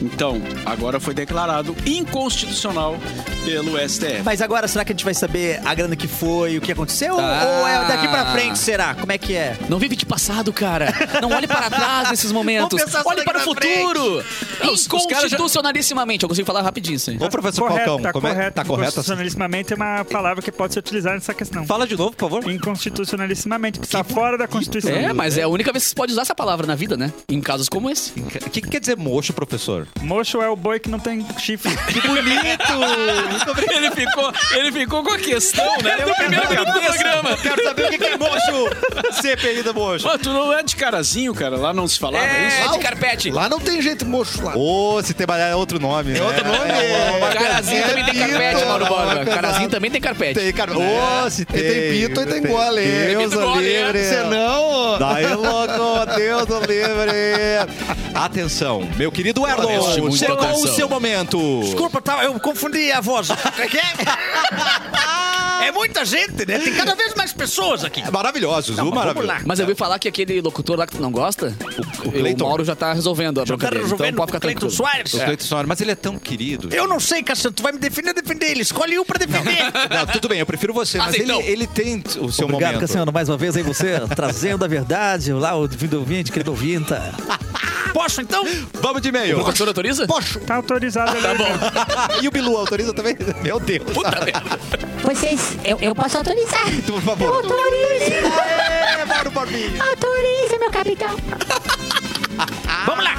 Então, agora foi declarado inconstitucional pelo STF. Mas agora, será que a gente vai saber a grana que foi, o que aconteceu? Tá. Ou é daqui pra frente, será? Como é que é? Não vive de passado, cara. Não olhe para trás nesses momentos. Vamos pensar Olhe para o daqui pra futuro. Os- os caras já- Inconstitucionalissimamente. Eu consigo falar rapidinho isso aí. Ô, professor Correto, Falcão, tá como é- correto. tá assim? correto? assim? essa- Constitucionalissimamente é uma palavra que pode ser utilizada nessa questão. Fala de novo, por favor. Inconstitucionalissimamente, que está fora da Constituição. É, mas é a única vez que você pode usar essa palavra na vida, né? Em casos como esse. O que, que quer dizer mocho, professor? Mocho é o boi que não tem chifre. Que bonito! Ele ficou, ele ficou com a questão, né? No primeiro minuto do programa. Quero saber o que que é mocho! CPI da mocho. Pô, tu não é de carazinho, cara? Lá não se falava isso? É, de carpete. Lá não tem jeito mocho lá. Ô, se trabalhar é outro nome. É outro nome? É, Carazinho também tem carpete, Mauro Borba. Carazinho também tem carpete. Tem, cara. Ô, se E tem. tem pito e tem gole. Deus Tem gole, é. livre. Senão... Daí louco, Deus do livre. Atenção, meu querido Preste Erlon, muita chegou o atenção. seu momento. Desculpa, tá, eu confundi a voz. É que é- É muita gente, né? Tem cada vez mais pessoas aqui. Maravilhosos, Não, viu? mas vamos Maravilhoso. Mas eu ouvi falar que aquele locutor lá que tu não gosta, o, Cleiton. Mauro já tá resolvendo a Eu bronca quero dele. Então pode resolver com ficar o Cleiton tranquilo. Soares. O Cleiton Sonora, mas ele é tão querido. Eu não sei, Cassiano, tu vai me defender, defender ele. Escolhe um pra defender. Não, tudo bem, eu prefiro você, mas ele, Aceitou. ele tem o seu Obrigado, momento. Cassiano, mais uma vez aí você trazendo a verdade lá, o vindo ouvinte, tá? querido ouvinta. Posso, então? Vamos de e-mail. O professor autoriza? Tá autorizado ali. Tá bom. ah, E o Bilu autoriza também? Meu Deus. Puta merda. Vocês, eu, eu posso autorizar. Por favor. Autorize, É, Mauro Borbinho. autorize, meu capitão. Vamos lá.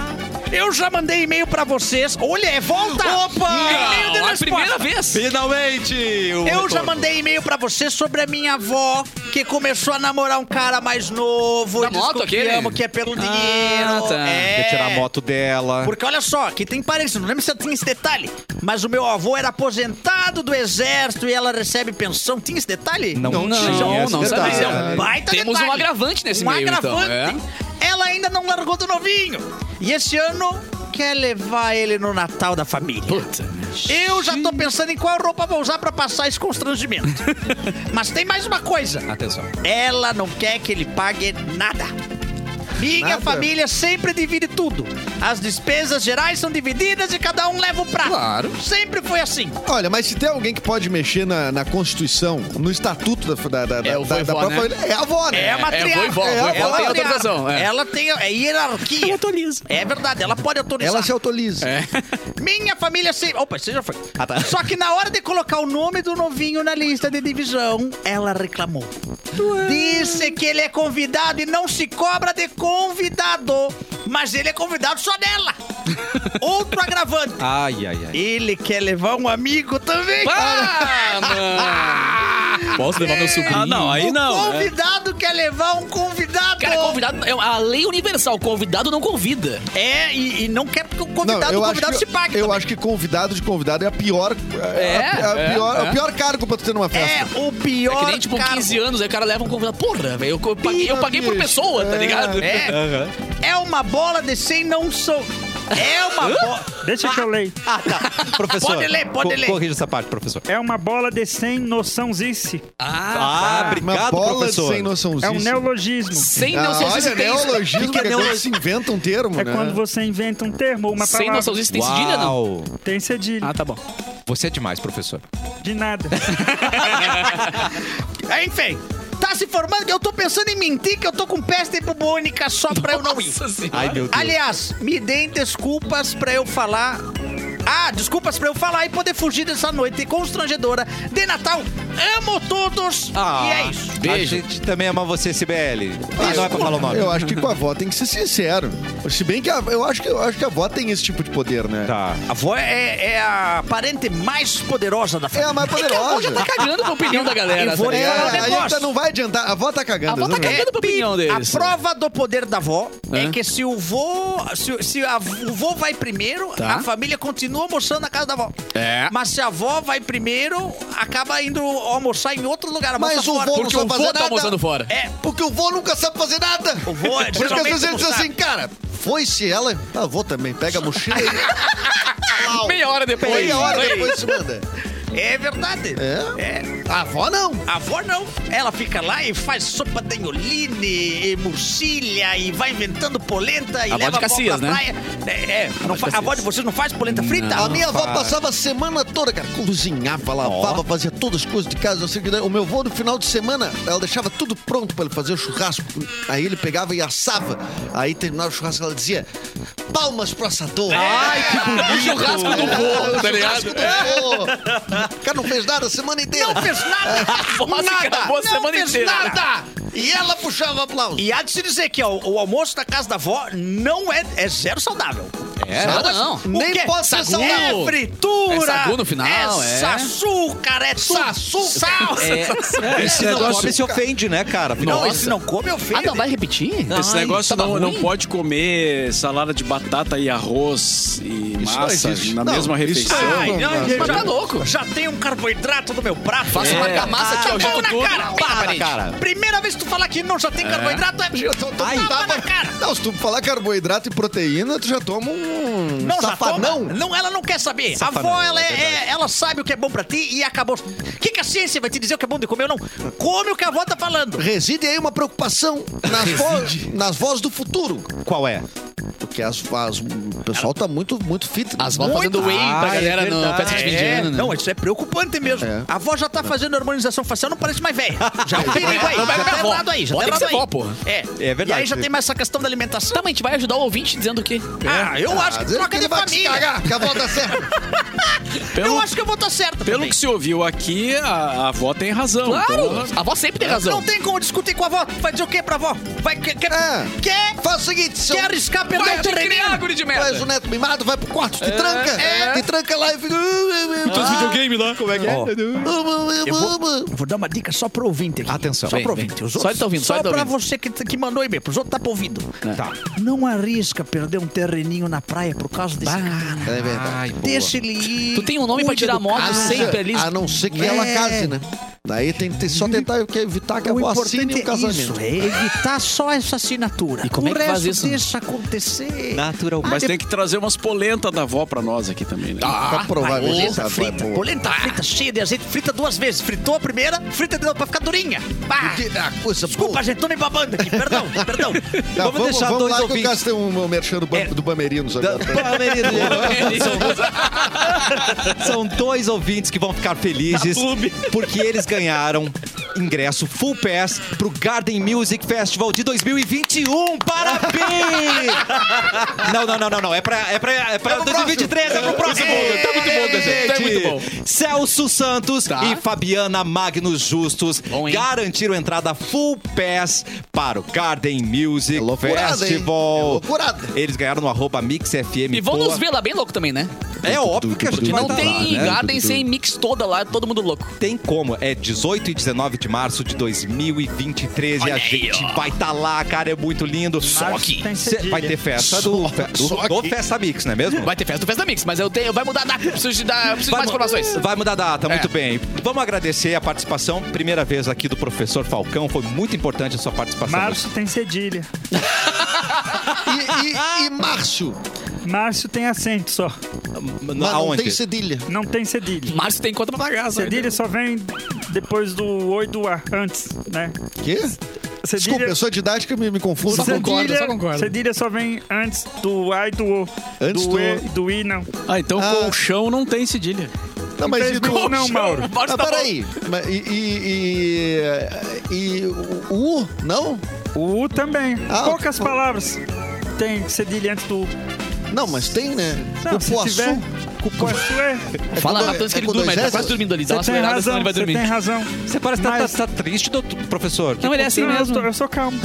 Eu já mandei e-mail pra vocês. Olha, é volta. Opa! E-mail de Não, é a resposta. primeira vez. Finalmente! o Eu retorno. já mandei e-mail pra você sobre a minha avó que começou a namorar um cara mais novo. Da e moto desconfiamos aquele? que é pelo Ah, dinheiro. tá. É. Quer tirar a moto dela. Porque olha só, que tem parênteses, não lembro se eu tinha esse detalhe, mas o meu avô era aposentado do exército e ela recebe pensão. Tinha esse detalhe? Não, não, não detalhe. sabia. É um baita Tá. Temos detalhe. um agravante nesse um meio, então, agravante. Ela ainda não largou do novinho. E esse ano quer levar ele no Natal da família. Puta. Eu já tô pensando em qual roupa vou usar pra passar esse constrangimento. Mas tem mais uma coisa. Atenção. Ela não quer que ele pague nada. Minha Nada? família sempre divide tudo. As despesas gerais são divididas e cada um leva o prato. Claro. Sempre foi assim. Olha, mas se tem alguém que pode mexer na, na Constituição, no estatuto da, da, da, É o da, da vovó, própria né? família, é a avó, né? É a matriarca. vó e vó. É a Vó e vó tem matriarca. autorização, é. Ela tem é hierarquia. autoriza. É verdade, ela pode autorizar. Ela se autoriza. Minha família sempre. Opa, você já foi. Só que na hora de colocar o nome do novinho na lista de divisão, ela reclamou. Disse que ele é convidado e não se cobra de convidado. Mas ele é convidado só dela. Outro agravante. Ai, ai, ai. Ele quer levar um amigo também. Ah, mano. Posso levar meu sobrinho? Ah, não, aí não. né? Convidado quer levar um convidado. Cara, convidado. É a lei universal, convidado não convida. É, e, e não quer porque o Não, convidado, eu o acho convidado que- se pague. Eu também. acho que convidado de convidado é a pior. É, a, a é, pior, é. o pior cargo pra tu ter numa festa. É o É pior. que nem, tipo, cargo. 15 anos, aí o cara leva um convidado. Porra, velho, eu, eu paguei, eu paguei por bicho. pessoa, tá É. ligado? É, é uma bola de 100, não sou. É uma bola. Deixa que eu leio. Professor, Pode ler, pode co- ler. corrija essa parte, professor. É uma bola de 100 noçãozice. Ah, Uma obrigado, bola de professor. sem noçãozinho. É um neologismo. Sem Ah, noção olha, existência. neologismo que é quando se inventa um termo, É né? quando você inventa um termo ou uma Sem palavra. noção existência. Tem cedilha, não? Uau. Tem cedilha. Ah, tá bom. Você é demais, professor. De nada. Enfim. Tá se formando que eu tô pensando em mentir que eu tô com peste bubônica só pra eu não ir. Nossa senhora. Ai, meu Deus. Aliás, me deem desculpas pra eu falar. Ah, desculpas pra eu falar e poder fugir dessa noite constrangedora de Natal. Amo todos e é isso. A gente também ama você, Sibeli. Ah, não é pra falar o nome. Eu acho que com a avó tem que ser sincero. Se bem que a- eu, acho que eu acho que a avó tem esse tipo de poder, né? Tá. ah. A avó é, é a parente mais poderosa da É família. a mais É que a avó já poderosa. tá cagando com a opinião da galera. Eu vou tá É, É, ligado? ela aí negócio. ainda não vai adiantar. A avó tá A cagando. avó tá exatamente. cagando pra opinião A deles. prova do poder da avó é, É. que se o vô. Se, se a, o vô vai primeiro, Tá. a família continua almoçando na casa da avó. É. Mas se a avó vai primeiro, acaba indo almoçar em outro lugar. almoça Mas o fora. vô não Porque o sabe fazer vô tá nada. almoçando fora. É, Porque o vô nunca sabe fazer nada. o vô é Por isso que às vezes geralmente ele diz almoçar. assim, cara, foi-se ela, a avó também. Pega a mochila e... Au. Meia hora depois. Meia hora Ei. depois se manda. É verdade. É? É. A avó não. A avó não. Ela fica lá e faz sopa de anholine, e murcilha, e vai inventando polenta, e A avó leva de Cacias, a avó pra né? praia. É, é, não fa- a avó de vocês não faz polenta frita? A minha avó passava a semana toda, cara, cozinhava, lavava, fazia todas as coisas de casa. não sei o que. O meu avô, no final de semana, ela deixava tudo pronto pra ele fazer o churrasco. Aí ele pegava e assava. Aí terminava o churrasco, ela dizia, palmas pro assador. Ai, que bonito. O churrasco do vô, tá ligado? O cara não fez nada a semana inteira. Não fez nada. A avó se acabou a não semana fez inteira. nada. E ela puxava aplauso. E há de se dizer que ó, o almoço da casa da avó não é, é zero saudável. É, Nada Ah, não. O Nem que é pode ser sagu? saudável. É fritura. É sagu no final, é. açúcar, é tudo. Salsa. E se não come, se ofende, né, cara? Não, Nossa. esse não come, Ah, ofende. não, vai repetir? Esse Ai, negócio tava não, não ruim? pode comer salada de batata e arroz e não massa existe. na Não, mesma isso refeição. Ai, Não, ai, não, já- Mas tá louco. Já tem um carboidrato no meu prato. Faça uma camassa, tchau, Tá bom jogo na todo. cara. Pá, Tá, parede. cara. Primeira vez que tu falar que não já tem carboidrato, é... Eu tô- tô- Ai. tava- Tapa na cara. Não, se tu falar carboidrato e proteína, tu já toma um Não, já safanão. toma. Não, ela não quer saber. Safanão, a avó, ela, é é- é- ela sabe o que é bom pra ti e acabou. O que, que a ciência vai te dizer o que é bom de comer ou não? Come o que a avó tá falando. Reside aí uma preocupação nas, vo nas vozes do futuro. Qual é? Porque as, as- o pessoal tá muito, muito fit. As vó Muito. fazendo whey Ah, pra é galera no verdade. festa de fim de É, ano, né? não, isso é preocupante mesmo. É. A avó já tá fazendo harmonização facial, não parece mais velha. Já é um perigo aí. Não vai Já pra tá avó. errado aí. Já Vó tá tem que errado ser aí. vó, porra. É. É verdade. E aí já tem mais essa questão da alimentação. Tá, mas a gente vai ajudar o ouvinte dizendo o quê? Ah, eu acho Às que vezes troca ele de vai se família. cagar, que a volta certa. Pelo- Eu acho que eu vou estar certo. Pelo também. que se ouviu aqui, a, a avó tem razão. Então, Claro! Porra. A avó sempre tem Não razão. tem como discutir com a avó. Vai dizer o quê pra avó? Vai quer quer É. quer, Faz o seguinte, seu... quer arriscar perder Vai o te terreninho? criar, guri de Tu és o merda. neto mimado, vai pro quarto, É, te tranca. Te tranca lá e fica... "Uh, videogame lá. Como é que é? Eu vou, eu vou dar uma dica só pro ouvinte aqui. Atenção. Só Vem, pro vem. ouvinte. Os Só outros- ele tá ouvindo, só Só ele tá pra ouvindo. É. você que, que mandou e-mail. Pros outros tá pra ouvindo. Tá. Não arrisca perder um terreninho na praia por causa desse cara. É verdade. Ai, boa. Deixa ele ir. Tu tem um nome pra cuida tirar do moto cara. sempre ali. A não ser que ela case, né? Daí tem que ter- só tentar evitar que a É. O avó importante assine o é um casamento. isso, é evitar só essa assinatura. E como o é que resto faz isso? deixa acontecer. Ah, Natural. Ah, Mas tá tem que trazer umas polenta da avó pra nós aqui também, né? Pra provar que essa Ah, polenta avó é frita, boa. polenta Ah. frita cheia de azeite, frita duas vezes. Fritou a primeira, frita de novo pra ficar durinha. Pá. Que- ah, coisa Desculpa, boa. gente, tô me babando aqui. Perdão, perdão. Tá, Vamos deixar dois lá que ouvintes. eu gasto um, um merchan do, Bam- do Bamerinos agora. São dois ouvintes que vão ficar felizes porque eles ganharam ingresso full pass pro Garden Music Festival de 2021. Parabéns! não, não, não, não, não. É pra, é pra, é pra 2023, é pro próximo. bom, tá muito bom, É, Dezé, tá gente. muito bom. Celso Santos Tá. e Fabiana Magnus Justus Bom, hein? garantiram entrada full pass para o Garden Music É loucurada, Festival. hein? É loucurada. Eles ganharam no arroba MixFM. E vão nos Poa. ver lá bem louco também, né? É óbvio que a gente Que vai não tá lá, tem né? Garden sem mix toda lá, todo mundo louco. tem como. É 18 e 19 de março de 2023 e a gente vai estar lá, cara. É muito lindo. Só que- vai ter festa do, do- do Festa Mix, não é mesmo? Vai ter festa do Festa Mix, mas eu tenho. Vai mudar a data, eu preciso de, dar, eu preciso de mais mu- informações. vai mudar a data, É. muito bem. Vamos agradecer a participação, primeira vez aqui do professor Falcão, foi muito importante a sua participação. Março tem cedilha. E, e, e Márcio? Márcio tem acento só. N- Mas não aonde? tem cedilha. Não tem cedilha. Márcio tem conta pra pagar, sabe? Cedilha só vem depois do oi do A, antes, né? Quê? Desculpa, Cedilha- eu sou didática, me, me confundo. Só Cedilha- concordo, só concordo. Cedilha só vem antes do A e do O. Antes do, do E O. e do I, não. Ah, então Ah. colchão não tem cedilha. Não, mas e do... Não, não, Mauro. Márcio Ah, tá peraí. Mas E, e, e, e o U? Não? O U também. Ah, Poucas o- palavras. Tem cedilha antes do U. Não, mas tem, né? Não, o se Poaçu. tiver, Cupuaçu é. bom. Fala com rápido antes dois- que ele é com durma, dois ele tá S? quase dormindo ali. Dá uma Você tem acelerada, senão razão, ele vai você dormir. tem razão. Você parece que tá, Mas- tá- tá triste, doutor- professor. Não, ele é assim Não, eu mesmo. sou- Eu sou calmo.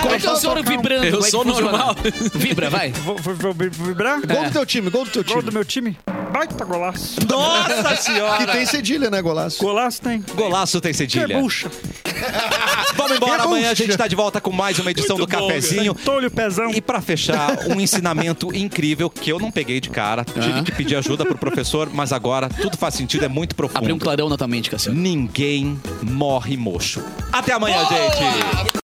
Como é que é o senhor vibrando? Eu Como é que sou funciona? normal. Vibra, vai. Vou, vou- vou vibrar? Gol do teu time, gol do teu Gol time. do meu time? Baita golaço. Nossa senhora! Que tem cedilha, né, golaço? Golaço tem. Golaço tem Que cedilha. bucha. Vamos embora, amanhã a Rebucha. gente tá de volta com mais uma edição do Cafezinho. Tolho Tá pezão. E pra fechar, um ensinamento incrível que eu não peguei de cara. Tive que pedir ajuda pro professor, mas agora tudo faz sentido, é muito profundo. um Abriu um clarão na tua mente, Cassiano. Ninguém morre mocho. Até amanhã, gente!